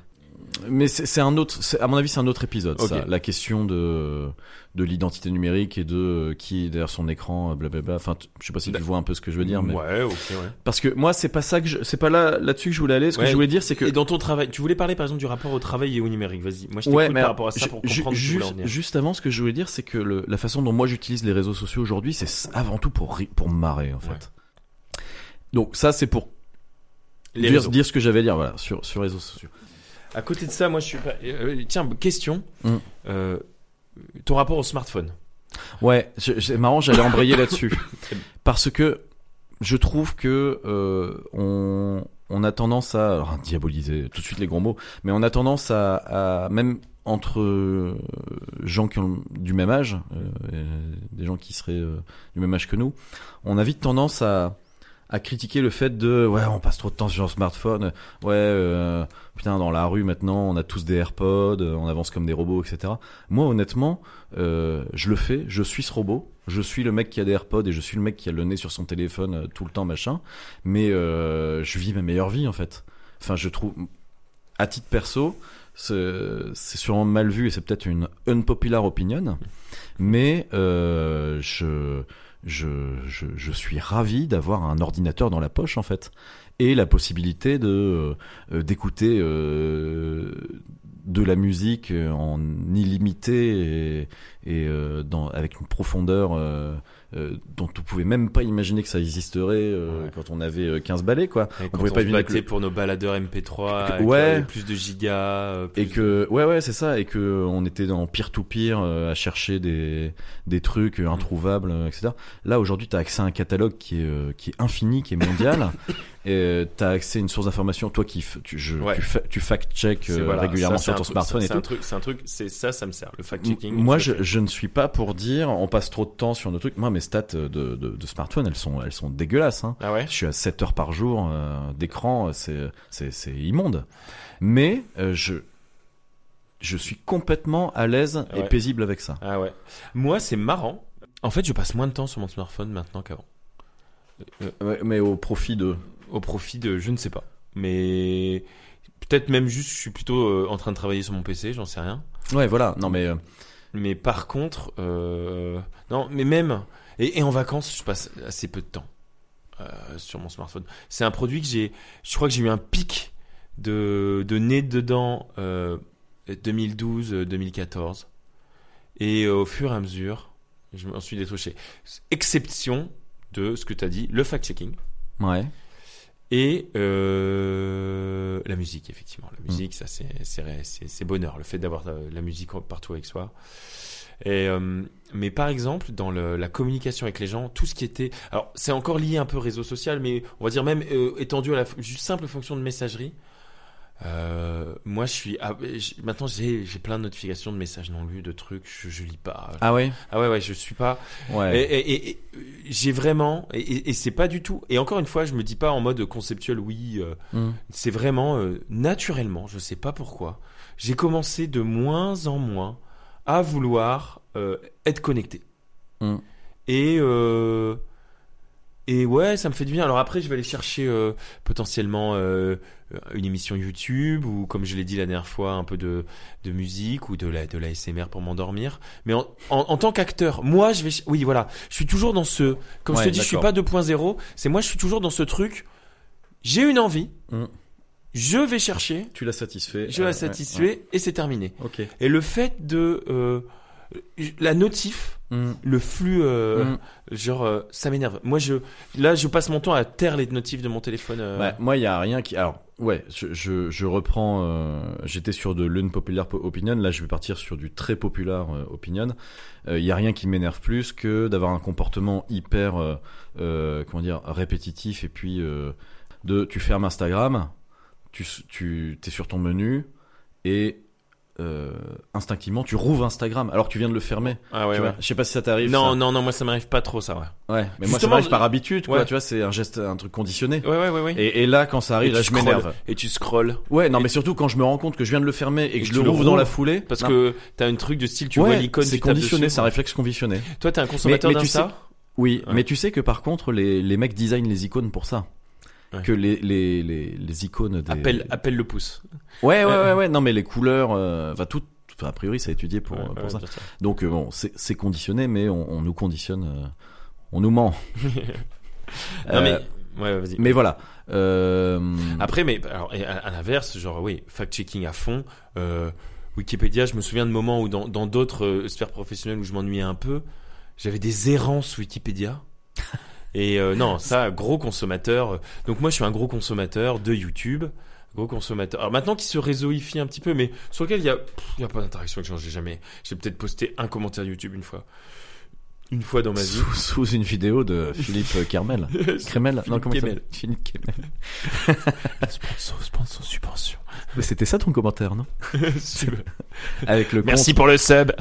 S9: mais c'est c'est un autre, c'est- à mon avis, c'est un autre épisode.
S8: Ok.
S9: Ça, la question de de l'identité numérique et de euh, qui est derrière son écran, euh, blablabla. Enfin, tu- je sais pas si tu
S8: Bah,
S9: vois un peu ce que je veux dire, mais
S8: Ouais, ok, ouais.
S9: parce que moi, c'est pas ça que je, c'est pas là là-dessus que je voulais aller. Ce que
S8: Ouais.
S9: je voulais dire, c'est que
S8: Et dans ton travail, tu voulais parler par exemple du rapport au travail et au numérique, vas-y. Moi je t'écoute
S9: Ouais, mais
S8: par
S9: alors,
S8: rapport à ça
S9: ju-
S8: pour
S9: ju-
S8: comprendre où tu voulais en
S9: juste,
S8: venir.
S9: juste avant, ce que je voulais dire, c'est que le- la façon dont moi j'utilise les réseaux sociaux aujourd'hui, c'est s- avant tout pour ri- pour me marrer en fait.
S8: Ouais.
S9: Donc ça, c'est pour
S8: Les
S9: dire,
S8: réseaux.
S9: dire ce que j'avais à dire, voilà, sur sur les réseaux sociaux.
S8: À côté de ça, moi je suis pas. euh, tiens, question.
S9: Mm.
S8: Euh, ton rapport au smartphone.
S9: Ouais, je- je- c'est marrant, j'allais embrayer là-dessus. Parce que je trouve que euh, on, on a tendance à alors, diaboliser tout de suite les gros mots, mais on a tendance à, à- même entre euh, gens qui ont du même âge, euh, et des gens qui seraient euh, du même âge que nous, on a vite tendance à à critiquer le fait de ouais on passe trop de temps sur un smartphone ouais euh, putain dans la rue maintenant on a tous des AirPods euh, on avance comme des robots etc moi honnêtement euh, je le fais, je suis ce robot, je suis le mec qui a des AirPods et je suis le mec qui a le nez sur son téléphone euh, tout le temps, machin. Mais euh, je vis ma meilleure vie en fait. Enfin, je trouve, à titre perso, c'est c'est sûrement mal vu et c'est peut-être une unpopular opinion, mais euh, je, je, je, je suis ravi d'avoir un ordinateur dans la poche en fait et la possibilité de euh, d'écouter euh, de la musique en illimité et, et euh, dans, avec une profondeur euh, euh, dont on pouvait même pas imaginer que ça existerait euh,
S8: Ouais.
S9: quand on avait euh, 15 balais quoi
S8: Et
S9: on
S8: quand
S9: pouvait
S8: on
S9: pas
S8: se
S9: deviner que
S8: battait
S9: le-
S8: pour nos baladeurs MP3,
S9: Que-
S8: avec,
S9: ouais.
S8: euh, plus de gigas, euh, plus
S9: et que ouais ouais c'est ça et que euh, on était en peer to peer euh, à chercher des des trucs
S8: Mm.
S9: introuvables euh, etc là aujourd'hui t'as accès à un catalogue qui est euh, qui est infini qui
S8: (laughs)
S9: est mondial et euh, t'as accès à une source d'information toi qui f- tu je
S8: Ouais.
S9: tu, fact check
S8: C'est- voilà,
S9: régulièrement
S8: ça, c'est
S9: sur ton
S8: un truc-
S9: smartphone et
S8: c'est
S9: tout
S8: un truc, c'est un truc, c'est ça, ça me sert. Le fact-checking.
S9: M- Moi,
S8: tout à
S9: je,
S8: fait.
S9: je ne suis pas pour dire on passe trop de temps sur nos trucs. Moi, mes stats de, de, de smartphone, elles sont, elles sont dégueulasses. Hein.
S8: Ah ouais.
S9: Je suis à 7 heures par jour euh, d'écran, c'est, c'est, c'est immonde. Mais euh, je, je suis complètement à l'aise et
S8: Ouais.
S9: paisible avec ça.
S8: Ah ouais. Moi, c'est marrant. En fait, je passe moins de temps sur mon smartphone maintenant qu'avant,
S9: Ouais, mais au profit de.
S8: au profit de je ne sais pas. Mais peut-être même juste, je suis plutôt euh, en train de travailler sur mon PC, j'en sais rien.
S9: Ouais, voilà. Non, mais euh,
S8: Mais par contre, euh, non, mais même et, et en vacances, je passe assez peu de temps euh, sur mon smartphone. C'est un produit que j'ai, je crois que j'ai eu un pic de de nez dedans euh, 2012-2014 et euh, au fur et à mesure, je m'en suis détoché. Exception de ce que tu as dit, le fact-checking
S9: ouais.
S8: et euh, la musique effectivement la musique ça c'est c'est ré- c'est c'est bonheur le fait d'avoir euh, la musique partout avec soi et euh, mais par exemple dans le- la communication avec les gens tout ce qui était alors c'est encore lié un peu au réseau social mais on va dire même euh, étendu à la f- juste simple fonction de messagerie euh, moi je suis ah, j- maintenant j'ai j'ai plein de notifications de messages non lus de trucs je, je lis pas
S9: Ah ouais.
S8: ah ouais ouais je suis pas et,
S9: Ouais.
S8: et- et- et, euh, j'ai vraiment, et, et- et c'est pas du tout. Et encore une fois, je me dis pas en mode conceptuel, oui. euh,
S9: Mm.
S8: c'est vraiment euh, naturellement, je sais pas pourquoi. J'ai commencé de moins en moins à vouloir euh, être connecté.
S9: Mm.
S8: Et euh, et ouais, ça me fait du bien. Alors après, je vais aller chercher euh, potentiellement euh, une émission YouTube ou, comme je l'ai dit la dernière fois, un peu de de musique ou de la de la SMR pour m'endormir. Mais en, en, en tant qu'acteur, moi, je vais. ch- Oui, voilà. Je suis toujours dans ce. Comme
S9: Ouais,
S8: je te dis, je suis pas
S9: d'accord.
S8: 2.0. C'est moi, je suis toujours dans ce truc. J'ai une envie.
S9: Mm.
S8: Je vais chercher.
S9: Tu l'as satisfait.
S8: Je
S9: Euh,
S8: la
S9: ouais,
S8: satisfais et c'est terminé.
S9: ouais. Ok.
S8: Et le fait de euh, la notif,
S9: Mm.
S8: le flux, euh,
S9: Mm.
S8: genre euh, ça m'énerve. Moi je là je passe mon temps à taire les notifs de mon téléphone. euh,
S9: Ouais, Bah, moi, il y a rien qui. Alors, ouais, je, je, je reprends. euh, J'étais sur de l'unpopular po- opinion. Là, je vais partir sur du très populaire euh, opinion. Euh, Il y a rien qui m'énerve plus que d'avoir un comportement hyper, euh, euh, comment dire, répétitif. Et puis, euh, de, tu fermes Instagram, tu, s- tu es sur ton menu et euh, instinctivement, tu rouvres Instagram alors que tu viens de le fermer.
S8: Ah ouais,
S9: tu vois.
S8: ouais.
S9: Je sais pas si ça t'arrive.
S8: Non
S9: ça.
S8: non non moi ça m'arrive pas trop ça ouais.
S9: Ouais, mais moi, ça
S8: Justement,
S9: m'arrive
S8: je-
S9: par habitude. Quoi,
S8: ouais.
S9: tu vois, c'est un geste, un truc conditionné.
S8: Ouais ouais ouais ouais.
S9: Et, et là, quand ça arrive,
S8: Et
S9: là,
S8: tu
S9: je m'énerve.
S8: scrolles. Et tu scrolles
S9: Ouais, non,
S8: Et-
S9: mais surtout quand je me rends compte que je viens de le fermer et que
S8: Et
S9: je
S8: tu
S9: le
S8: le
S9: rouvre dans
S8: rouvres.
S9: la foulée.
S8: parce
S9: non.
S8: que t'as un truc de style tu vois
S9: Ouais,
S8: l'icône.
S9: c'est
S8: tu tapes
S9: conditionné,
S8: dessus.
S9: c'est un réflexe conditionné.
S8: Toi t'es un consommateur
S9: Mais- mais tu
S8: d'Insta.
S9: hein. Oui,
S8: Ouais.
S9: mais tu sais que par contre, les, les mecs designent les icônes pour ça.
S8: Ouais.
S9: Que les, les, les, les icônes des.
S8: Appelle appelle le pouce.
S9: Ouais, ouais, ouais, ouais. Non, mais les couleurs, euh, enfin, tout. enfin, a priori, c'est étudié pour,
S8: Ouais,
S9: pour
S8: ouais,
S9: ça.
S8: bien sûr.
S9: Donc, euh, bon, c'est c'est conditionné, mais on, on nous conditionne. euh, on nous (laughs) ment.
S8: Non mais
S9: Euh,
S8: ouais ouais, vas-y.
S9: mais voilà. Euh,
S8: Après, mais alors, et à, à l'inverse, genre, oui, fact-checking à fond. euh, Wikipédia, je me souviens de moments où dans dans d'autres euh, sphères professionnelles où je m'ennuyais un peu, j'avais des errances
S9: (laughs)
S8: Wikipédia. Et euh, non, ça, gros consommateur. euh, Donc moi, je suis un gros consommateur de YouTube. Gros consommateur. Alors maintenant, qui se réseauifie un petit peu, mais sur lequel il y a, pff, il y a pas d'interaction que j'ai jamais. J'ai peut-être posté un commentaire YouTube une fois. Une fois dans ma vie.
S9: sous, sous une vidéo de Philippe (laughs) Kermel. Kremel Non, comment il
S8: Kemel.
S9: s'appelle Philippe Kemel.
S8: Sponsor, sponsor, subvention.
S9: Mais c'était ça ton commentaire,
S8: (laughs)
S9: non (laughs) Avec le
S8: Merci pour le sub.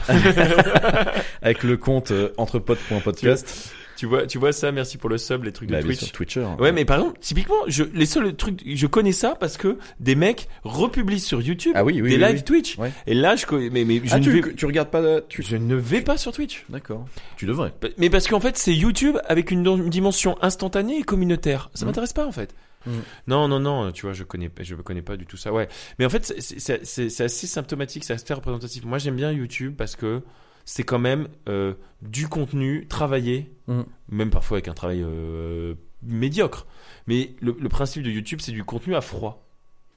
S9: avec le compte euh, entrepod.podcast.
S8: Tu vois, tu vois ça, merci pour le sub, les trucs de
S9: Bah, bien
S8: Twitch.
S9: sûr, Twitcher.
S8: Ouais, mais par exemple, typiquement, je, les seuls trucs, je connais ça parce que des mecs republient sur YouTube
S9: Ah oui, oui.
S8: des
S9: oui,
S8: live
S9: oui.
S8: Twitch.
S9: Ouais.
S8: Et là, je connais, mais, mais je,
S9: Ah,
S8: ne
S9: tu,
S8: vais,
S9: tu regardes pas. euh, Tu...
S8: je ne vais pas sur Twitch.
S9: D'accord. Tu devrais.
S8: Pa- Mais parce qu'en fait, c'est YouTube avec une don- dimension instantanée et communautaire. Ça
S9: Mhm.
S8: m'intéresse pas, en fait.
S9: Mhm.
S8: Non, non, non, tu vois, je connais, pas- je connais pas du tout ça. Ouais. Mais en fait, c'est- c'est c'est- c'est assez symptomatique, c'est assez représentatif. Moi, j'aime bien YouTube parce que c'est quand même euh, du contenu travaillé,
S2: Mm.
S8: même parfois avec un travail euh, médiocre. Mais le, le principe de YouTube, c'est du contenu à froid,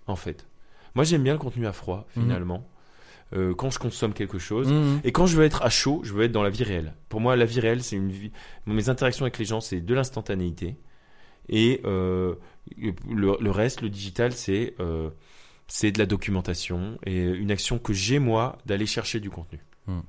S8: en fait. Moi, j'aime bien le contenu à froid,
S2: Mm.
S8: finalement. Euh, quand je consomme quelque chose,
S2: Mhm.
S8: et quand je veux être à chaud, je veux être dans la vie réelle. Pour moi, la vie réelle, c'est une vie. Mes interactions avec les gens, c'est de l'instantanéité. Et euh, le, le reste, le digital, c'est euh, c'est de la documentation et une action que j'ai moi d'aller chercher du contenu.
S2: Hmm.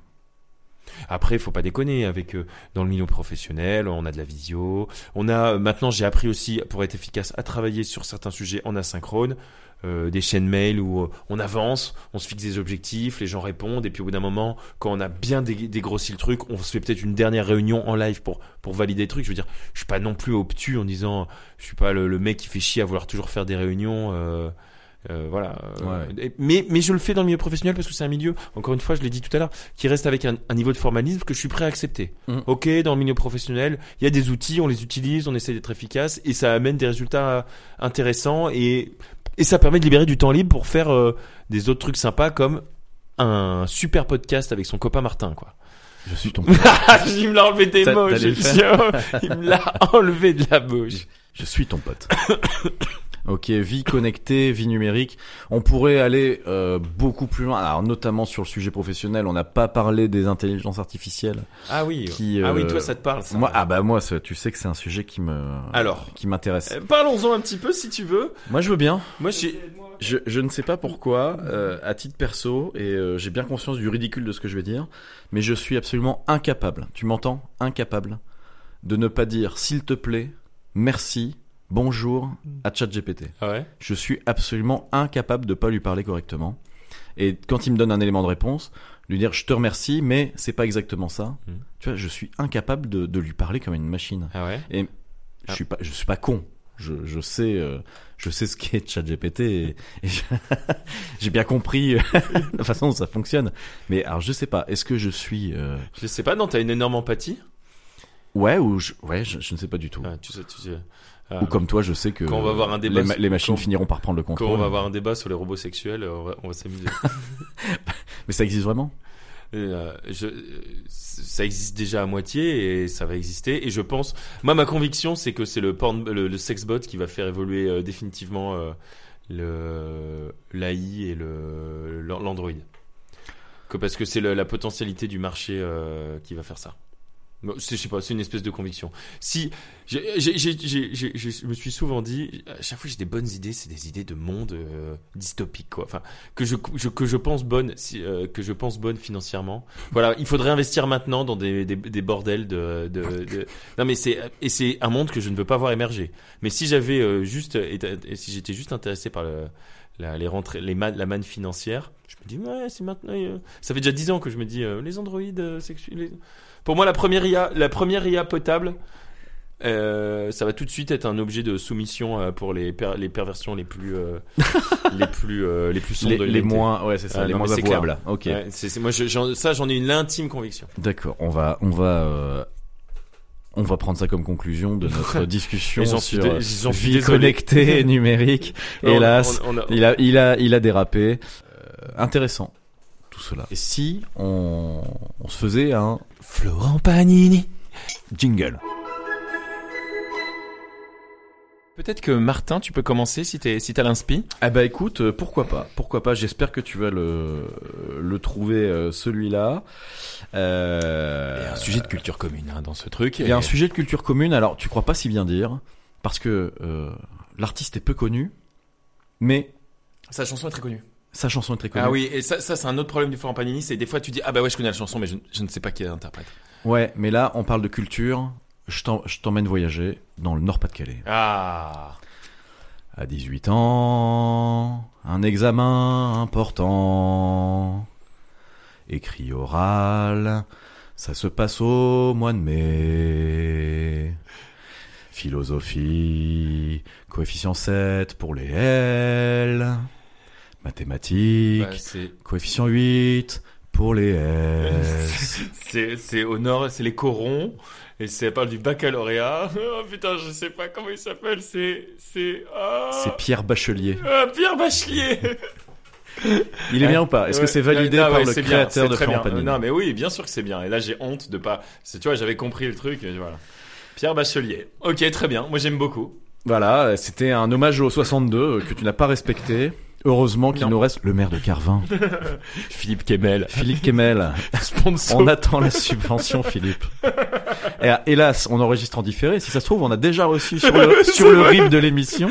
S8: Après, faut pas déconner. Avec euh, dans le milieu professionnel, on a de la visio. On a euh, maintenant, j'ai appris aussi pour être efficace à travailler sur certains sujets en asynchrone. euh, des chaînes mail où euh, on avance, on se fixe des objectifs, les gens répondent et puis au bout d'un moment, quand on a bien dé- dégrossi le truc, on se fait peut-être une dernière réunion en live pour pour valider le truc. Je veux dire, je suis pas non plus obtus en disant, je suis pas le, le mec qui fait chier à vouloir toujours faire des réunions. euh, euh, voilà. Euh, et- Mais, mais je le fais dans le milieu professionnel parce que c'est un milieu, encore une fois, je l'ai dit tout à l'heure, qui reste avec un, un niveau de formalisme que je suis prêt à accepter.
S2: Mhm.
S8: Ok, dans le milieu professionnel, il y a des outils, on les utilise, on essaie d'être efficace et ça amène des résultats euh, intéressants et, et ça permet de libérer du temps libre pour faire euh, des autres trucs sympas comme un super podcast avec son copain Martin, (laughs) quoi.
S9: Je suis (laughs) ton
S8: Ah, il me l'a enlevé des
S9: T'as-
S8: mots,
S9: t'allais le
S8: j'ai- (laughs)
S9: (laughs)
S8: il me l'a enlevé de la bouche.
S9: Je suis ton pote. (coughs) ok, vie connectée, vie numérique. On pourrait aller euh, beaucoup plus loin. Alors notamment sur le sujet professionnel, on n'a pas parlé des intelligences artificielles.
S8: Ah oui.
S9: Qui,
S8: Ah
S9: euh,
S8: oui, toi, ça te parle, ça.
S9: Moi, ah bah moi, ça- tu sais que c'est un sujet qui me
S8: Alors.
S9: qui m'intéresse.
S8: Euh, Parlons-en un petit peu si tu veux.
S9: Moi, je veux bien.
S8: Moi, j'ai.
S9: Je, je ne sais pas pourquoi, euh, à titre perso, et euh, j'ai bien conscience du ridicule de ce que je vais dire, mais je suis absolument incapable. Tu m'entends Incapable de ne pas dire s'il te plaît, merci, bonjour à ChatGPT.
S8: Ah ouais.
S9: je suis absolument incapable de pas lui parler correctement. Et quand il me donne un élément de réponse, lui dire je te remercie, mais c'est pas exactement ça.
S8: Mhm.
S9: Tu vois, je suis incapable de, de lui parler comme une machine.
S8: Ah ouais.
S9: Je
S8: Ah.
S9: suis pas, je suis pas con. Je, je sais, euh, je sais ce qu'est (laughs) ChatGPT et, et je- j'ai bien compris euh, (laughs) la façon dont ça fonctionne. Mais alors je sais pas, est-ce que je suis, euh,
S8: Je sais pas, non, t'as une énorme empathie.
S9: ouais ou je, ouais, je, je ne sais pas du tout.
S8: Ah, tu sais, tu sais. Ah,
S9: Ou comme toi, je sais que
S8: Quand on va avoir un débat
S9: les, ma-
S8: sur-
S9: les machines
S8: quand-
S9: finiront par prendre le
S8: Quand
S9: contrôle.
S8: on va avoir un débat sur les robots sexuels, euh, on va, on va s'amuser.
S9: Mais ça existe vraiment
S8: Euh, je- euh, ça existe déjà à moitié et ça va exister. Et je pense, moi, ma conviction, c'est que c'est le, porn- le, le sexbot qui va faire évoluer euh, définitivement euh, le l'AI et le l'an- l'Android. Que parce que c'est le- la potentialité du marché euh, qui va faire ça. Bon, c'est- Je sais pas, c'est une espèce de conviction. Si j'ai- j'ai- j'ai- j'ai- j'ai- j'ai- je me suis souvent dit, à chaque fois que j'ai des bonnes idées, c'est des idées de monde euh, dystopique, quoi. Enfin, que je, je- que je pense bonne si- euh, que je pense bonne financièrement. Voilà, il faudrait investir maintenant dans des, des, des bordels de, de, de- non mais c'est et c'est un monde que je ne veux pas voir émerger. Mais si j'avais euh, juste et, et si j'étais juste intéressé par le la, les rentrées, les man- la manne financière, je me dis ouais c'est maintenant. euh, ça fait déjà dix ans que je me dis euh, les androïdes euh, sexu- les- Pour moi la première IA la première IA potable. euh, ça va tout de suite être un objet de soumission euh, pour les, per- les perversions les plus euh,
S9: (laughs)
S8: les plus euh, les plus sombres
S9: les,
S8: de
S9: les
S8: l'humanité.
S9: moins, ouais, c'est ça,
S8: Ah,
S9: les
S8: non, mais
S9: moins
S8: c'est clair.
S9: avouables. Ok,
S8: Ouais, c'est- c'est- moi, je- j'en- ça, j'en ai une intime conviction.
S9: d'accord. On va, on va, euh, on va prendre ça comme conclusion
S8: (laughs)
S9: de notre discussion
S8: Et j'en suis
S9: sur
S8: dé-
S9: euh,
S8: j'en suis
S9: vie
S8: désolé.
S9: connectée
S8: (laughs)
S9: et numérique.
S8: Non, on-
S9: Hélas,
S8: on- on a-
S9: il a, il a, il a dérapé. Euh, intéressant, tout cela. Et si on, on se faisait un
S8: Florent Panini.
S9: jingle
S8: Peut-être que Martin, tu peux commencer si t'es si t'as l'inspi.
S9: Ah bah écoute, euh, pourquoi pas, pourquoi pas. J'espère que tu vas le, le trouver euh, celui-là. Euh,
S8: de culture commune
S9: hein,
S8: dans ce truc.
S9: Il y a un sujet de culture commune, alors tu crois pas si bien dire, parce que euh, l'artiste est peu connu, mais
S8: Sa chanson est très connue.
S9: sa chanson est très connue.
S8: Ah oui, et ça, ça c'est un autre problème du Florent Panini, c'est des fois tu dis ah bah ouais je connais la chanson mais je, je ne sais pas qui l'interprète.
S9: Ouais, mais là on parle de culture, je t'en- je t'emmène voyager dans le Nord-Pas-de-Calais.
S8: Ah.
S9: À 18 ans, un examen important, écrit oral, ça se passe au mois de mai. Philosophie, coefficient 7 pour les L, mathématiques,
S8: Bah, c'est
S9: coefficient 8 pour les
S8: (laughs)
S9: S.
S8: c'est c'est au nord, c'est les corons et c'est elle parle du baccalauréat. (laughs) Oh putain je sais pas comment il s'appelle, c'est c'est ah euh,
S9: C'est Pierre Bachelier.
S8: ah, Pierre Bachelier.
S9: Il est bien ou pas Est-ce que
S8: Ouais.
S9: c'est validé
S8: Non,
S9: par
S8: ouais,
S9: le
S8: c'est bien,
S9: créateur
S8: c'est
S9: de
S8: très
S9: Florent
S8: bien.
S9: Pagny
S8: Non, mais oui, bien sûr que c'est bien. Et là, j'ai honte de pas. c'est- Tu vois, j'avais compris le truc. mais Voilà. Pierre Bachelier. Ok, très bien. Moi, j'aime
S9: (laughs)
S8: beaucoup.
S9: Voilà, c'était un hommage au 62 euh, que tu n'as pas respecté. Heureusement qu'il
S8: Non.
S9: nous reste le maire de Carvin,
S8: (laughs) Philippe Kemel,
S9: Philippe Kemel.
S8: sponsor.
S9: On attend la subvention, Philippe. Et, ah, hélas, on enregistre en différé. Si ça se trouve, on a déjà reçu sur
S8: (laughs)
S9: le, sur le RIP de l'émission.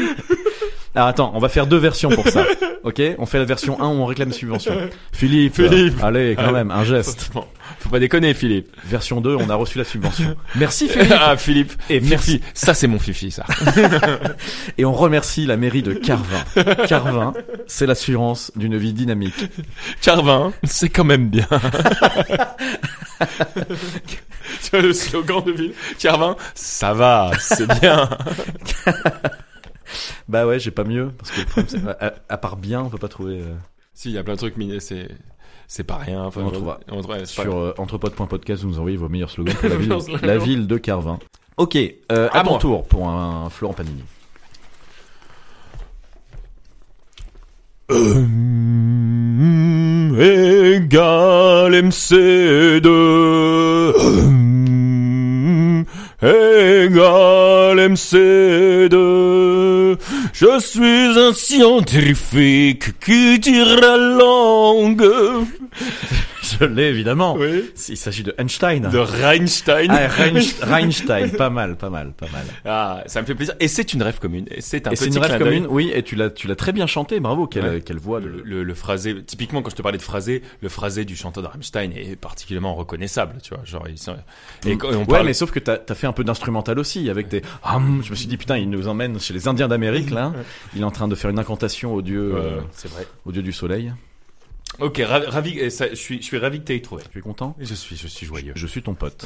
S9: Alors attends, on va faire deux versions pour ça. Ok On fait la version 1 où on réclame subvention. Philippe,
S8: Philippe.
S9: euh, allez, quand
S8: Allez.
S9: même, un geste.
S8: Franchement, Faut pas déconner, Philippe.
S9: Version 2, on a reçu la subvention. Merci Philippe.
S8: ah, Philippe.
S9: Et merci.
S8: Merci. Ça, c'est mon fifi, ça.
S9: Et on remercie la mairie de (laughs) Carvin. Carvin, c'est l'assurance d'une vie dynamique.
S8: Carvin, c'est quand même bien. (laughs) tu vois le slogan de ville Carvin, ça va, c'est (laughs) bien.
S9: Bah ouais, j'ai pas mieux parce (laughs) que le problème, c'est- à, à part bien, on peut pas trouver euh,
S8: si, il y a plein de trucs, mais c'est, c'est pas rien. Enfin,
S9: On trouvera.
S8: On trouvera, c'est pas-
S9: sur euh, entrepod.podcast. Vous nous envoyez vos meilleurs slogans (laughs) pour la
S8: Vos
S9: ville,
S8: meilleurs slogans.
S9: la ville de Carvin. Ok, euh, à
S8: À
S9: mon
S8: moi.
S9: tour pour un Florent Panini.
S8: Hum, égale MC2 Hum, égale MC2 Je suis un scientifique qui tire la langue
S9: (laughs) Je l'ai évidemment.
S8: Oui
S9: Il s'agit de Einstein.
S8: De Reinstein
S9: Ah, Reinst- Reinstein, pas mal, pas mal, pas mal.
S8: Ah, ça me fait plaisir. Et c'est une rêve commune. Et c'est un
S9: Et c'est
S8: petit
S9: une rêve
S8: clin d'œil.
S9: commune, oui, et tu l'as, tu l'as très bien chanté, bravo, quelle,
S8: Ouais.
S9: quelle voix de...
S8: Le, le- le phrasé, typiquement quand je te parlais de phrasé, le phrasé du chanteur de Rammstein est particulièrement reconnaissable, tu vois. Genre, il s'en- et quand- et on
S9: ouais,
S8: parle-
S9: mais sauf que t'as t'as fait un peu d'instrumental aussi, avec des. Ah, hum, je me suis dit, putain, il nous emmène chez les Indiens d'Amérique, là. Il est en train de faire une incantation au dieu, euh,
S8: Euh, c'est vrai.
S9: au dieu du soleil.
S8: Ok, ravi, ravi- eh, ça, je suis, je suis ravi que t'aies trouvé.
S9: Tu es content
S8: Je suis, je suis joyeux.
S9: Je suis
S8: (laughs)
S9: ton pote.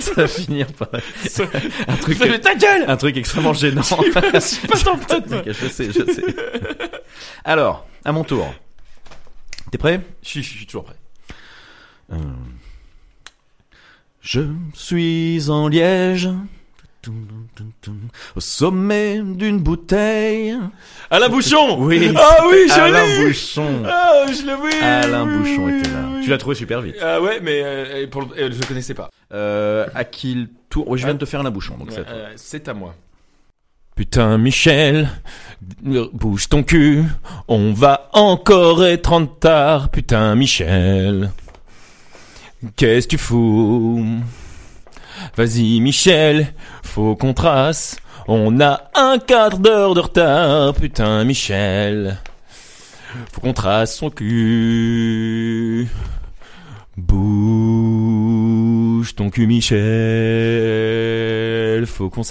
S9: Ça va finir par (laughs) un truc,
S8: ta gueule
S9: un truc extrêmement gênant.
S8: Je
S9: (laughs)
S8: suis pas ton pote.
S9: Ok, je sais, je sais. Alors, à mon tour. T'es prêt
S8: Je suis, je suis toujours prêt.
S9: Euh. Je suis en Liège, au sommet d'une bouteille.
S8: Alain Bouchon
S9: (laughs) Oui,
S8: Ah oui, je
S9: Alain
S8: l'ai
S9: Bouchon.
S8: Ah, je l'ai oui
S9: Alain
S8: oui,
S9: Bouchon
S8: oui,
S9: était là.
S8: oui.
S9: Tu l'as trouvé super vite.
S8: Ah ouais, mais euh, pour le- euh, je connaissais pas.
S9: Euh, à qui le tour Oui, je viens de te faire Alain Bouchon, donc
S8: Ouais,
S9: c'est à toi.
S8: euh, C'est à moi. Putain Michel, bouge ton cul, on va encore être en retard, putain Michel. Qu'est-ce que tu fous Vas-y Michel, faut qu'on trace, on a un quart d'heure de retard, putain Michel. Faut qu'on trace son cul. Bouge ton cul Michel, faut qu'on
S9: Ah,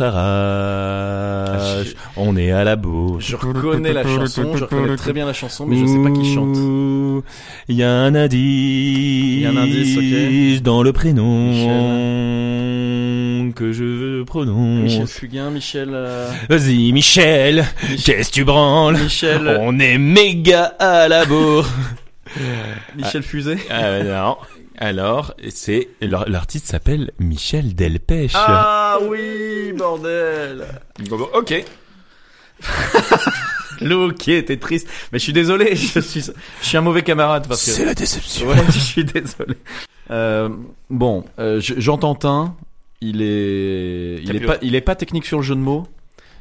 S8: s'arrache,
S9: je-
S8: on est à la bouche.
S9: Je reconnais la chanson, je reconnais très bien la chanson, mais je sais pas qui chante.
S8: Il y a un indice. Il
S9: y a un indice, ok.
S8: Dans le prénom. Que je
S9: Michel
S8: prononce.
S9: Fugain, Michel. euh,
S8: Vas-y, Michel.
S9: Michel,
S8: Qu'est-ce que tu branles?
S9: Michel,
S8: On est méga à la bourre.
S9: (laughs) Michel Fusée.
S8: Euh, non. Alors, c'est l'ar- l'artiste s'appelle Michel Delpech.
S9: Ah oui, bordel.
S8: ok.
S9: Lou, ok, t'es triste. Mais je suis désolé, (laughs) je suis, je suis un mauvais camarade parce que.
S8: C'est la déception.
S9: Ouais, (laughs) je suis désolé. Euh, bon, euh, je- Jean Tantin, il est, il est
S8: Capio.
S9: pas, il est pas technique sur le jeu de mots,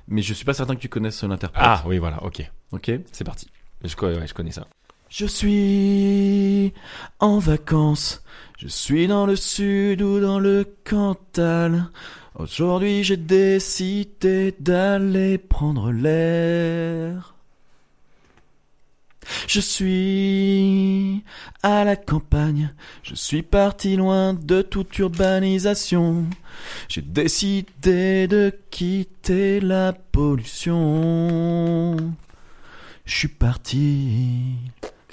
S9: mais je suis pas certain que tu connaisses l'interprète.
S8: Ah oui, voilà, ok.
S9: Ok.
S8: C'est parti. Je, co- ouais, je connais ça.
S9: Je suis en vacances. Je suis dans le sud ou dans le Cantal. Aujourd'hui, j'ai décidé d'aller prendre l'air. Je suis à la campagne. Je suis parti loin de toute urbanisation. J'ai décidé de quitter la pollution. Je suis parti.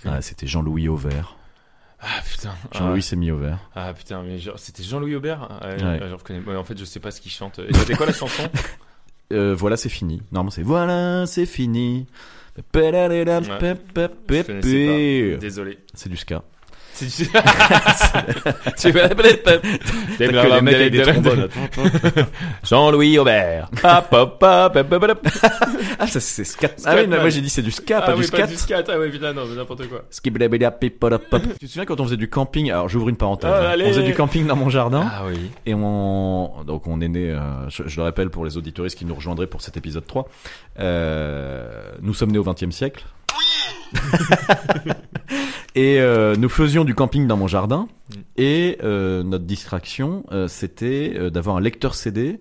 S9: Ah, c'était Jean-Louis Auvert.
S8: Ah putain.
S9: Jean-Louis s'est mis au vert.
S8: Ah putain, mais genre, c'était Jean-Louis Aubert Euh,
S9: Ouais.
S8: euh, Je reconnais. Ouais, en fait, je sais pas ce qu'il chante. Et C'était quoi la chanson
S9: (laughs) Euh, voilà, c'est fini. Normalement, c'est voilà, c'est fini. Pe- pe- pe- pe-
S8: connaissais
S9: pe-
S8: Désolé.
S9: (laughs) C'est du ska.
S8: C'est-
S9: (laughs)
S8: Tu vas l'appeler Pep. hein T'aimes
S9: que les
S8: la
S9: mecs avec des
S8: dame-
S9: trombones.
S8: (laughs) Jean-Louis Aubert. Pop, pop, pop, pop, pop, pop.
S9: (laughs) Ah, ça, c'est scat.
S8: Scat,
S9: Ah oui, non,
S8: ouais.
S9: moi j'ai dit c'est du ska, pas
S8: Ah
S9: du
S8: oui,
S9: scat.
S8: scat. Ah oui, putain, non, mais n'importe quoi.
S9: Skibidabidapipodapop. Tu te souviens quand on faisait du camping Alors j'ouvre une parenthèse.
S8: Ah,
S9: hein.
S8: allez.
S9: on faisait du camping dans mon jardin
S8: Ah oui.
S9: et on donc on est né. euh, je, je le rappelle pour les auditoristes qui nous rejoindraient pour cet épisode 3. euh, nous sommes nés au XXe siècle. (laughs) et euh, nous faisions du camping dans mon jardin.
S8: Mm.
S9: Et euh, notre distraction, euh, c'était euh, d'avoir un lecteur CD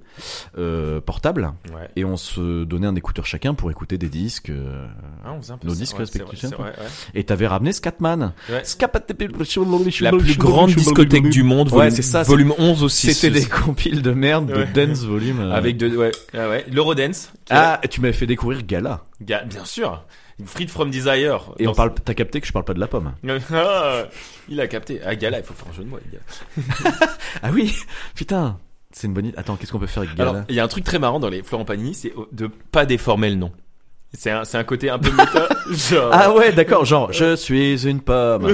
S9: euh, portable
S8: Ouais.
S9: et on se donnait un écouteur chacun pour écouter des disques. euh,
S8: Ah, on faisait un peu
S9: Nos
S8: ça.
S9: disques
S8: Ouais, c'est vrai,
S9: respectifs,
S8: c'est vrai, ouais.
S9: et t'avais ramené Scatman.
S8: Ouais.
S9: La
S8: La plus grande discothèque du monde,
S9: Ouais,
S8: volume,
S9: c'est ça, c'est-
S8: volume 11 aussi.
S9: C'était
S8: ce-
S9: des compiles de merde
S8: Ouais.
S9: de dance volume. euh.
S8: Avec de, ouais, ah ouais. l'Eurodance. qui est-
S9: Ah, tu m'avais fait découvrir Gala.
S8: Ga- Bien sûr. Freed from Desire.
S9: Et
S8: Dans-
S9: on parle, t'as capté que je parle pas de la pomme.
S8: Ah, (laughs) il a capté. Ah, Gala, il faut faire un jeu de mots. avec Gala.
S9: Ah oui, (laughs) putain, c'est une bonne idée. Attends, qu'est-ce qu'on peut faire avec Gala
S8: Alors, il y a un truc très marrant dans les Florent Pagny, c'est euh, de pas déformer le nom. C'est un, c'est un côté un peu méta. (laughs) genre,
S9: Ah ouais, d'accord, (laughs) genre, je suis une (laughs) pomme,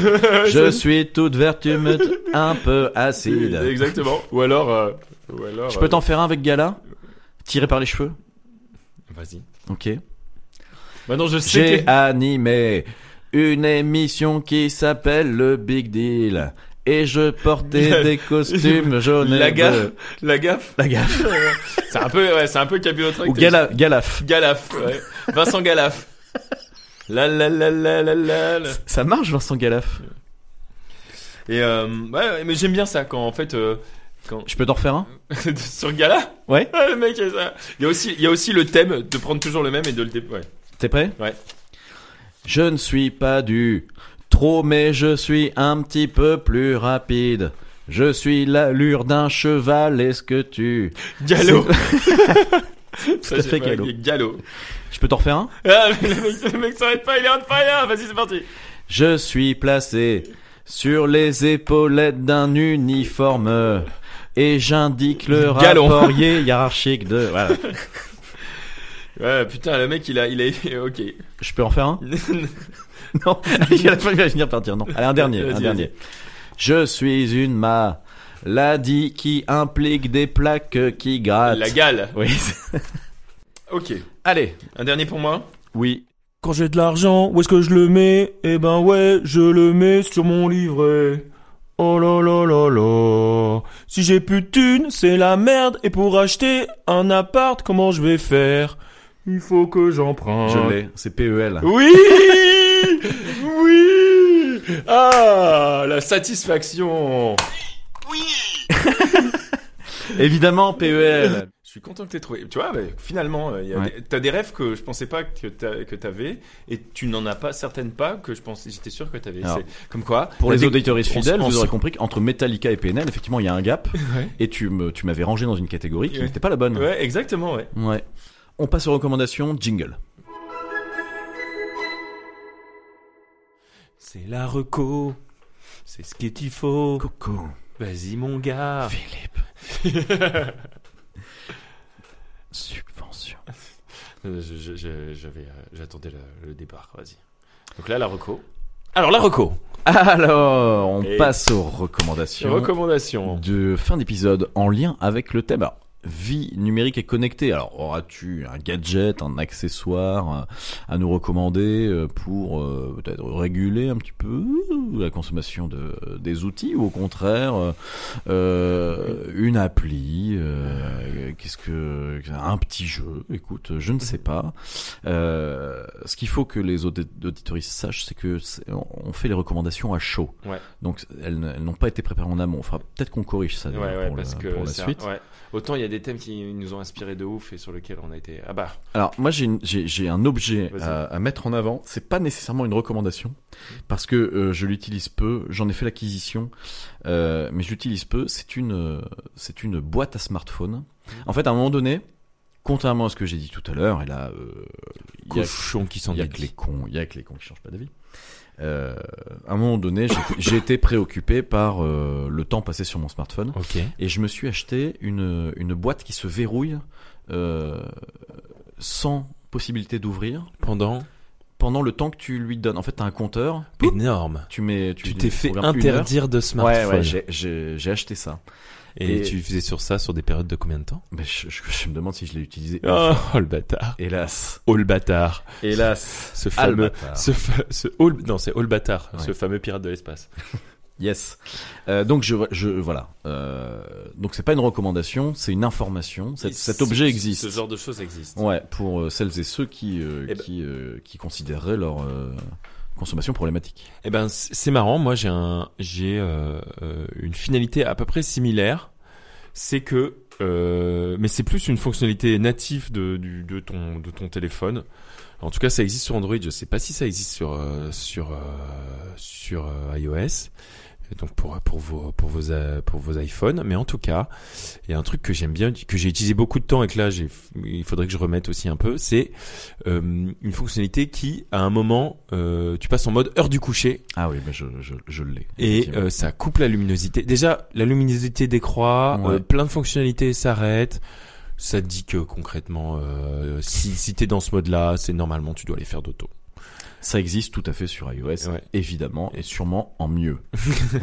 S9: je suis toute vertumeuse, (laughs) un peu acide.
S8: Exactement. Ou alors. euh, ou alors
S9: Je peux
S8: euh,
S9: t'en faire un avec Gala Tiré par les cheveux
S8: Vas-y.
S9: (laughs) Ok.
S8: Maintenant, je sais.
S9: J'ai
S8: que-
S9: animé une émission qui s'appelle le Big Deal et je (laughs) portais
S8: La-
S9: des costumes jaunes. et
S8: La gaffe.
S9: bleus.
S8: La gaffe.
S9: La gaffe.
S8: c'est un peu, ouais, c'est un peu Capulotrec.
S9: Ou gala, Galaf.
S8: Galaf. ouais. Vincent Galaf. (laughs) La la la la la la. la.
S9: Ça marche Vincent Galaf.
S8: Et euh, ouais, ouais, mais j'aime bien ça quand en fait. euh, (laughs) quand...
S9: Je peux t'en refaire un
S8: Sur Gala
S9: Ouais.
S8: Ah, le mec, il y a ça. Il y a aussi, il y a aussi le thème de prendre toujours le même et de le dé... ouais.
S9: T'es prêt
S8: Ouais.
S9: Je ne suis pas du trop mais je suis un petit peu plus rapide. Je suis l'allure d'un cheval, est-ce que tu...
S8: Galop.
S9: à
S8: (laughs) Ça, j'aime
S9: fait
S8: bien,
S9: galop.
S8: il y a Galop.
S9: Je peux t'en refaire un
S8: Ah, mais le mec, le mec s'arrête pas, il est on fire. Vas-y, c'est parti.
S9: Je suis placé sur les épaulettes d'un uniforme et j'indique le
S8: Galon.
S9: rapport hi- hiérarchique de. Voilà.
S8: Ouais, putain, le mec, il a, il a, (laughs) ok.
S9: Je peux en faire un (laughs) Non. Allez, à la fin, il va finir par dire non. Allez, un dernier, un
S8: Vas-y,
S9: dernier. Je suis une ma maladie qui implique des plaques qui grattent.
S8: La gale.
S9: Oui.
S8: Ok.
S9: Allez.
S8: Un dernier pour moi.
S9: Oui.
S8: Quand j'ai de l'argent, où est-ce que je le mets Eh ben ouais, je le mets sur mon livret. Oh là là là là. Si j'ai plus de thunes, c'est la merde. Et pour acheter un appart, comment je vais faire Il faut que j'emprunte.
S9: Je l'ai. C'est E PEL.
S8: Oui Oui Ah, la satisfaction
S9: Évidemment E PEL.
S8: Je suis content que t'aies trouvé. Tu vois, bah, finalement, euh, il y a
S9: Ouais.
S8: des- t'as des rêves que je pensais pas que t'as- que t'avais, et tu n'en as pas certaines pas que je pensais, j'étais sûr que t'avais.
S9: Alors,
S8: C'est Comme quoi,
S9: Pour
S8: la
S9: les
S8: dé-
S9: auditeurs
S8: on s-
S9: fidèles,
S8: on
S9: vous
S8: s-
S9: aurez compris qu'entre Metallica et PNL, effectivement, il y a un gap.
S8: Ouais.
S9: Et tu me, tu m'avais rangé dans une catégorie qui
S8: Ouais.
S9: n'était pas la bonne.
S8: Ouais, exactement, ouais.
S9: Ouais. On passe aux recommandations, jingle.
S8: C'est la reco, c'est ce qu'il faut.
S9: Coco,
S8: Vas-y mon gars.
S9: Philippe. (laughs) Subvention.
S8: Euh, je- je- je- J'avais, euh, j'attendais le, le départ. Vas-y. Donc là, la reco. Alors la reco.
S9: Alors, on
S8: Et-
S9: passe aux recommandations
S8: Recommandation.
S9: de fin d'épisode en lien avec le thème. Alors, vie numérique et connectée. Alors, auras-tu un gadget, un accessoire euh, à nous recommander euh, pour euh, peut-être réguler un petit peu la consommation de, des outils ou au contraire euh, euh, une appli euh, Qu'est-ce que un petit jeu Écoute, je ne sais pas. Euh, ce qu'il faut que les audi- auditoristes sachent, c'est que c'est- on on fait les recommandations à chaud.
S8: Ouais.
S9: Donc elles, n- elles n'ont pas été préparées en amont. Faudra peut-être qu'on corrige ça
S8: Ouais,
S9: d'ailleurs,
S8: ouais,
S9: pour,
S8: parce
S9: le-
S8: que
S9: pour la
S8: c'est un-
S9: suite.
S8: ouais. Autant il y a des thèmes qui nous ont inspirés de ouf et sur lesquels on a été. Ah bah.
S9: Alors moi j'ai une- j'ai j'ai un objet euh,
S8: Vas-y.
S9: à, à mettre en avant. C'est pas nécessairement une recommandation parce que euh, je l'utilise peu. J'en ai fait l'acquisition, euh, mais je l'utilise peu. C'est une euh, c'est une boîte à smartphone. En fait, à un moment donné, contrairement à ce que j'ai dit tout à l'heure, et là euh, il y a-
S8: Cochon qui
S9: Il y a que les cons, il y a que les cons qui changent pas d'avis. Euh, à un moment donné, j'étais- (laughs) j'ai été préoccupé par euh, le temps passé sur mon smartphone
S8: Ok.
S9: et je me suis acheté une, une boîte qui se verrouille euh, sans possibilité d'ouvrir
S8: Pendant.
S9: pendant le temps que tu lui donnes. En fait, t'as un compteur. Poup,
S2: Énorme.
S9: tu mets.
S2: Tu t'es fait
S9: programmes une heure.
S2: interdire de
S9: Ouais,
S2: smartphone.
S9: ouais, j'ai- j'ai j'ai acheté ça.
S2: et,
S9: et-
S2: tu faisais sur ça sur des périodes de combien de temps
S9: Mais je, je- je me demande si je l'ai utilisé. une
S2: oh,
S9: fois.
S2: le bâtard.
S9: Hélas,
S2: Oh le bâtard.
S9: hélas.
S2: Ce
S9: Ah, le
S2: fameux.
S9: bâtard.
S2: Ce, fa- ce oh, le- non, c'est oh le bâtard.
S9: Ouais.
S2: Ce fameux pirate de l'espace.
S9: Yes. Euh, donc je, je voilà. Euh, donc c'est pas une recommandation, c'est une information. Cet, cet objet existe.
S8: Ce genre de choses existe.
S9: Ouais, pour euh, celles et ceux qui euh,
S2: Eh ben-
S9: qui euh, qui considéreraient leur euh, consommation problématique.
S2: Eh ben, c- c'est marrant. Moi, j'ai un, j'ai euh, euh, une finalité à peu près similaire. C'est que, euh, mais c'est plus une fonctionnalité native de, du- de ton, de ton téléphone. En tout cas, ça existe sur Android. Je sais pas si ça existe sur, euh, sur, euh, sur euh, iOS. Et Donc pour pour vos pour vos euh, pour vos iPhones, mais en tout cas, il y a un truc que j'aime bien, que j'ai utilisé beaucoup de temps et que là j'ai, il faudrait que je remette aussi un peu, c'est euh, une fonctionnalité qui, à un moment, euh, tu passes en mode heure du coucher
S9: Ah oui, bah je je, je l'ai.
S2: et
S9: Effectivement.
S2: euh, ça coupe la luminosité. Déjà, la luminosité décroît,
S9: Ouais.
S2: euh, plein de fonctionnalités s'arrêtent. Ça te dit que concrètement, euh, si, si t'es dans ce mode-là, c'est normalement tu dois les faire d'auto.
S9: ça existe tout à fait sur iOS,
S2: Ouais.
S9: évidemment, et sûrement en mieux.
S2: (laughs)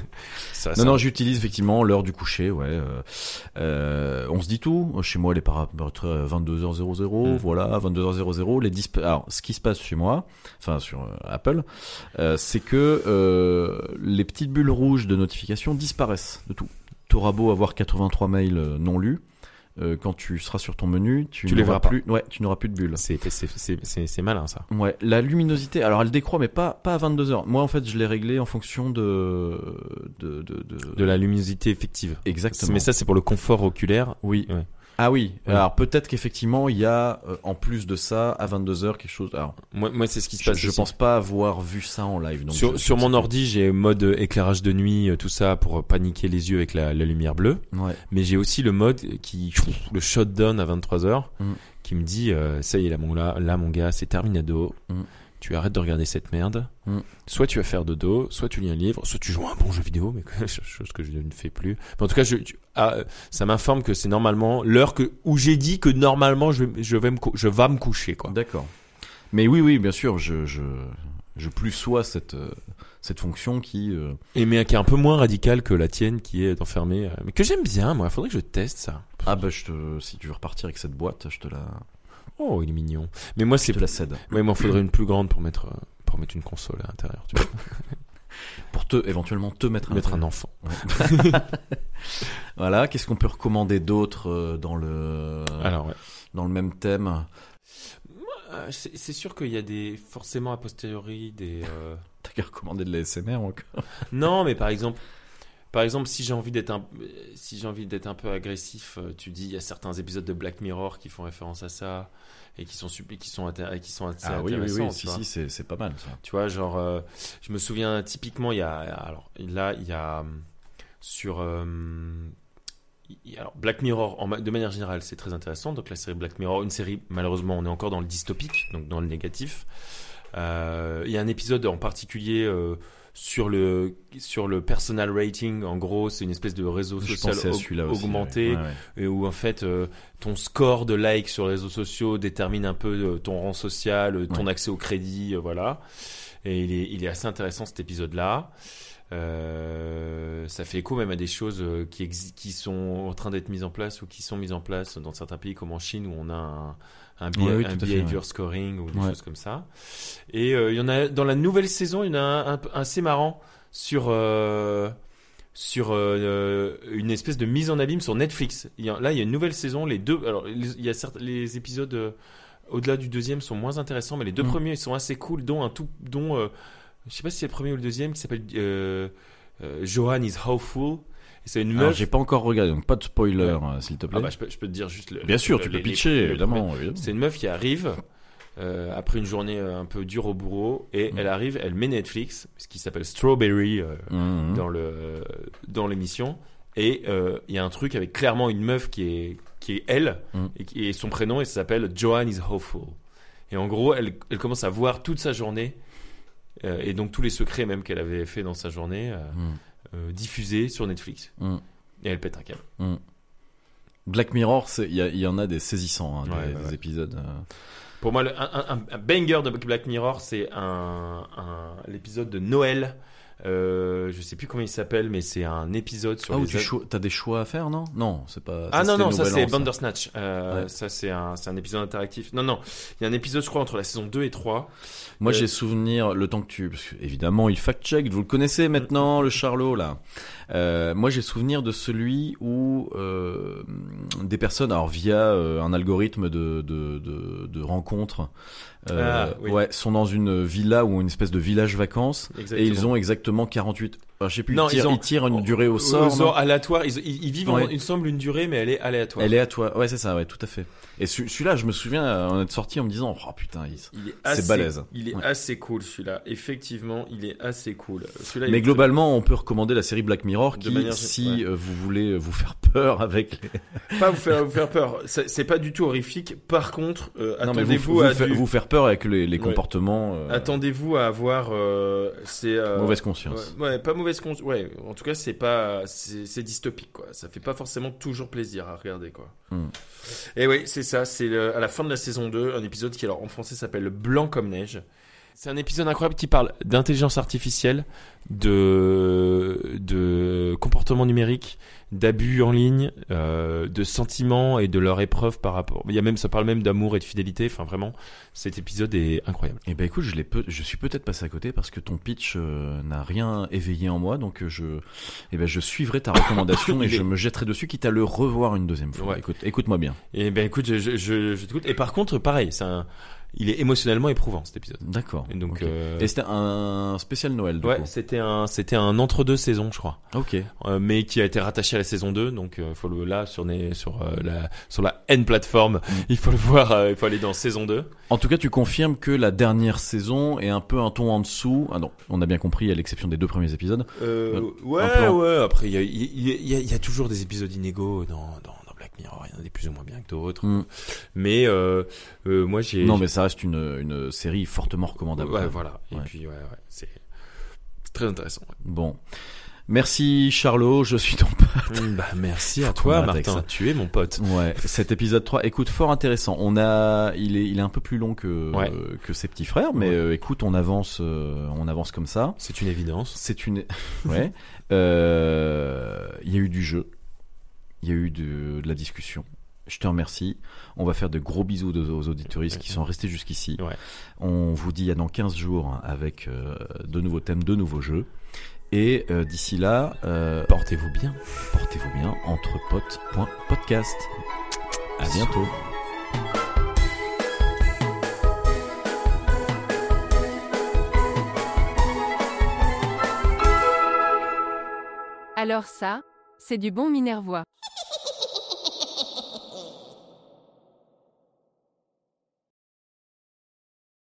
S2: Ça,
S9: Non, non, j'utilise effectivement l'heure du coucher, ouais. euh, euh, on se dit tout. Chez moi, les paramètres euh, 22h00,
S2: Mm.
S9: voilà, 22h00. Les disp- Alors, ce qui se passe chez moi, enfin sur euh, Apple, euh, c'est que euh, les petites bulles rouges de notification disparaissent de tout. T'auras beau avoir 83 mails euh, non lus, euh, quand tu seras sur ton menu, tu,
S2: Tu les
S9: n'auras
S2: verras pas.
S9: plus. Ouais, tu n'auras plus de bulles.
S2: c'est c'est- c'est- c'est- c'est malin ça.
S9: Ouais, la luminosité, alors elle décroît, mais pas, pas à 22h. Moi, en fait, je l'ai réglée en fonction de. de, de, de-
S2: De la luminosité effective.
S9: Exactement.
S2: Mais ça, c'est pour le confort oculaire.
S9: Oui.
S2: Ouais.
S9: Ah oui.
S2: Ouais.
S9: Alors peut-être qu'effectivement il y a euh, en plus de ça à 22 h quelque chose. Alors
S2: Moi, moi c'est ce qui se
S9: je,
S2: passe.
S9: je
S2: aussi.
S9: pense pas avoir vu ça en live. Donc
S2: sur,
S9: je-
S2: sur mon ordi, j'ai mode éclairage de nuit, euh, tout ça pour paniquer les yeux avec la, la lumière bleue.
S9: Ouais.
S2: Mais j'ai aussi le mode qui le shutdown à 23h
S9: Mm.
S2: qui me dit euh, ça y est là mon là, là, mon gars c'est terminado.
S9: Mm.
S2: Tu arrêtes de regarder cette merde.
S9: Mm.
S2: Soit tu vas faire dodo, soit tu lis un livre, soit tu joues à un bon jeu vidéo, mais (laughs) que- chose que je ne fais plus. Mais en tout cas, je, tu- ah, euh, ça m'informe que c'est normalement l'heure que où j'ai dit que normalement je, je vais me cou- je vais me coucher quoi.
S9: D'accord. Mais oui oui bien sûr je je je plus sois cette euh, cette fonction qui euh,
S2: Et mais qui est un peu moins radicale que la tienne qui est d'enfermer, euh, mais que j'aime bien moi. Faudrait que je teste ça.
S9: ah bah je te si tu veux repartir avec cette boîte je te la
S2: Oh il est mignon. Mais moi
S9: je
S2: c'est
S9: te la cède
S2: Ouais, moi, faudrait une plus grande pour mettre, euh, pour mettre une console à l'intérieur. Tu vois,
S9: pour te éventuellement te mettre à
S2: mettre un
S9: l'intérieur.
S2: enfant.
S9: Voilà qu'est-ce qu'on peut recommander d'autre euh, dans le
S2: Alors, ouais.
S9: dans le même thème. (laughs)
S8: C'est c'est sûr qu'il y a des forcément a posteriori des. euh,
S9: T'as qu'à recommander de la SMR encore.
S8: non, mais par exemple, par exemple, si j'ai envie d'être un, si j'ai envie d'être un peu agressif, euh, tu dis il y a certains épisodes de Black Mirror qui font référence à ça et qui sont sup- qui sont intér- qui sont assez
S9: Ah oui oui
S8: intéressants,
S9: oui
S8: tu
S9: si
S8: vois.
S9: si c'est c'est pas mal ça.
S8: Tu vois, genre, euh, je me souviens typiquement, il y a. Alors, là, il y a. hum, Sur. hum, il- alors, Black Mirror, en ma- de manière générale, c'est très intéressant. Donc, la série Black Mirror, une série, malheureusement, on est encore dans le dystopique, donc dans le négatif. Euh, il y a un épisode en particulier. euh, sur le sur le personal rating en gros c'est une espèce de réseau
S9: Je
S8: social
S9: pensais à
S8: aug-
S9: celui-là aussi,
S8: augmenté
S9: ouais, ouais, ouais.
S8: et où en fait euh, ton score de likes sur les réseaux sociaux détermine un peu euh, ton rang social, euh, ton accès au crédit, euh, voilà. Et il est, il est assez intéressant cet épisode-là. Euh, ça fait écho même à des choses euh, qui, exi- qui sont en train d'être mises en place ou qui sont mises en place dans certains pays comme en Chine où on a un, un, beha-
S9: Ouais, oui,
S8: un
S9: tout à fait,
S8: behavior scoring ou des
S9: Ouais.
S8: choses comme ça. Et euh, il y en a dans la nouvelle saison, il y en a un, un peu- assez marrant sur euh, sur euh, une espèce de mise en abîme sur Netflix. Il y a- là, il y a une nouvelle saison. Les deux, alors les- il y a certes, les épisodes euh, au-delà du deuxième sont moins intéressants, mais les deux
S9: Mm.
S8: premiers ils sont assez cool, dont un tout, dont euh, je sais pas si c'est le premier ou le deuxième qui s'appelle euh, euh, Johan is Howful. Et C'est une
S9: Alors,
S8: meuf.
S9: j'ai pas encore regardé, donc pas de spoiler,
S8: Ouais.
S9: euh, s'il te plaît.
S8: Ah bah, je, peux, je peux te dire juste. le-
S9: Bien sûr,
S8: le-
S9: tu
S8: les-
S9: peux
S8: les-
S9: pitcher,
S8: le premier.
S9: évidemment, évidemment.
S8: C'est une meuf qui arrive euh, après une journée euh, un peu dure au bourreau et
S9: Mm.
S8: elle arrive, elle met Netflix, ce qui s'appelle Strawberry euh,
S9: Mhm.
S8: dans le dans l'émission et euh, il y a un truc avec clairement une meuf qui est qui est elle
S9: Mm.
S8: et, qui- et son prénom et ça s'appelle Joanne is hopeful et en gros elle, elle commence à voir toute sa journée euh, et donc tous les secrets même qu'elle avait fait dans sa journée euh,
S9: Mm.
S8: euh, diffusés sur Netflix
S9: Mm.
S8: et elle pète un câble
S9: Black Mirror, c'est- il y, a- il y en a des saisissants, hein, des,
S8: Ouais, Ah, ouais,
S9: des
S8: ouais.
S9: épisodes. euh.
S8: Pour moi, le- un, un- un banger de Black Mirror, c'est un, un- l'épisode de Noël. Euh, je sais plus comment il s'appelle, mais c'est un épisode sur
S9: Ah, où
S8: les
S9: tu
S8: ad-
S9: cho- t'as des choix à faire, non Non, c'est pas.
S8: Ah non,
S9: c'était
S8: non, ça
S9: Nouvel
S8: c'est
S9: An, ça.
S8: Bandersnatch. Euh,
S9: Ouais.
S8: Ça c'est un, c'est un épisode interactif. Non, non, il y a un épisode, je crois, entre la saison 2 et 3.
S9: Moi,
S8: Euh,
S9: j'ai souvenir, le temps que tu. Parce que, évidemment, il fact-check, vous le connaissez maintenant, le Charlot, là. Euh, moi, j'ai souvenir de celui où euh, des personnes, alors via euh, un algorithme de, de, de, de rencontres, euh,
S8: Ah, oui.
S9: ouais, sont dans une villa ou une espèce de village vacances.
S8: Exactement.
S9: Et ils ont exactement 48. Enfin, je sais plus,
S8: Non,
S9: ils, tirent,
S8: ils ont-
S9: ils tirent une durée au sort. non
S8: aléatoire. Ils, ils- ils vivent en-
S9: Ouais.
S8: il me semble une durée, mais elle est aléatoire.
S9: Elle est à toi. Ouais, c'est ça, ouais, tout à fait. Et ce- celui-là, je me souviens euh, en être sorti en me disant, oh putain, il-
S8: Il est
S9: C'est
S8: assez-
S9: balèze. hein.
S8: Il est
S9: Ouais.
S8: assez cool celui-là. Effectivement, il est assez cool. Celui-là, il
S9: Mais
S8: est-
S9: globalement, on peut recommander la série Black Mirror
S8: De
S9: qui,
S8: manière-
S9: si euh, vous voulez vous faire peur avec les...
S8: (laughs) pas vous faire, vous faire peur. C'est c'est pas du tout horrifique. Par contre, euh,
S9: Non, mais vous,
S8: attendez-vous
S9: vous
S8: à
S9: fa-
S8: du-
S9: vous faire peur avec les, les
S8: Ouais.
S9: comportements euh,
S8: attendez-vous à avoir euh, c'est euh,
S9: mauvaise conscience.
S8: Ouais, ouais, pas mauvaise conscience. Ouais, en tout cas, c'est pas, c'est c'est dystopique quoi. Ça fait pas forcément toujours plaisir à regarder quoi.
S9: Hmm.
S8: Et oui, c'est ça. C'est le- à la fin de la saison 2, un épisode qui alors en français s'appelle Blanc comme neige. C'est un épisode incroyable qui parle d'intelligence artificielle, de de comportement numérique, d'abus en ligne, euh, de sentiments et de leur épreuve par rapport. Il y a même, ça parle même d'amour et de fidélité. Enfin, vraiment, cet épisode est incroyable.
S9: Eh ben écoute, je, l'ai peu- je suis peut-être passé à côté parce que ton pitch euh, n'a rien éveillé en moi, donc euh, je, eh ben, je suivrai ta recommandation et
S8: (coughs) Il est-
S9: je me jetterai dessus, quitte à le revoir une deuxième fois.
S8: Ouais.
S9: Écoute, écoute-moi bien.
S8: Et ben écoute, je, je, je, je t'écoute. Et par contre, pareil, c'est un... il est émotionnellement éprouvant cet épisode.
S9: D'accord.
S8: Et donc,
S9: Ok.
S8: euh,
S9: Et c'était un spécial Noël, du
S8: ouais,
S9: coup. Ah,
S8: c'était un, c'était un entre deux saisons, je crois,
S9: Ok.
S8: Euh, mais qui a été rattaché à la saison 2 Donc, euh, faut le là sur les- sur euh, la sur la N plateforme, il faut le voir, euh, il faut aller dans saison 2
S9: En tout cas, tu confirmes que la dernière saison est un peu un ton en dessous. Ah non, on a bien compris, à l'exception des deux premiers épisodes.
S8: Euh,
S9: un
S8: ouais,
S9: plan.
S8: ouais. Après, il y a, il y a- il y a- il y a toujours des épisodes inégaux dans, dans dans Black Mirror. Il y en a des plus ou moins bien que d'autres.
S9: Mm.
S8: Mais euh, euh, moi, j'ai
S9: Non, mais ça reste une, une série fortement recommandable.
S8: ouais, voilà. Et
S9: Ouais.
S8: puis ouais, ouais, c'est c'est très intéressant.
S9: Bon. Merci Charlot, je suis ton pote.
S8: Mm, Bah, merci
S9: Faut
S8: à toi,
S9: qu'on arrête avec
S8: Martin.
S9: ça.
S8: Tu es mon pote.
S9: Ouais, cet épisode 3, écoute, fort intéressant. On a, il est, il est un peu plus long que,
S8: Ouais.
S9: euh, que ses petits frères, mais
S8: Ouais.
S9: euh, écoute, on avance, euh, on avance comme ça.
S8: C'est une évidence. (laughs)
S9: C'est une, ouais. Euh, Il y a eu du jeu, il y a eu de, de la discussion. Je te remercie. On va faire de gros bisous aux, aux auditoristes qui sont restés jusqu'ici.
S8: Ouais.
S9: On vous dit à dans 15 jours avec euh, de nouveaux thèmes, de nouveaux jeux. Et euh, d'ici là, euh,
S8: Portez-vous bien.
S9: portez-vous bien entre potes.podcast. À
S8: Bisous.
S9: bientôt.
S6: Alors ça, c'est du bon Minervois.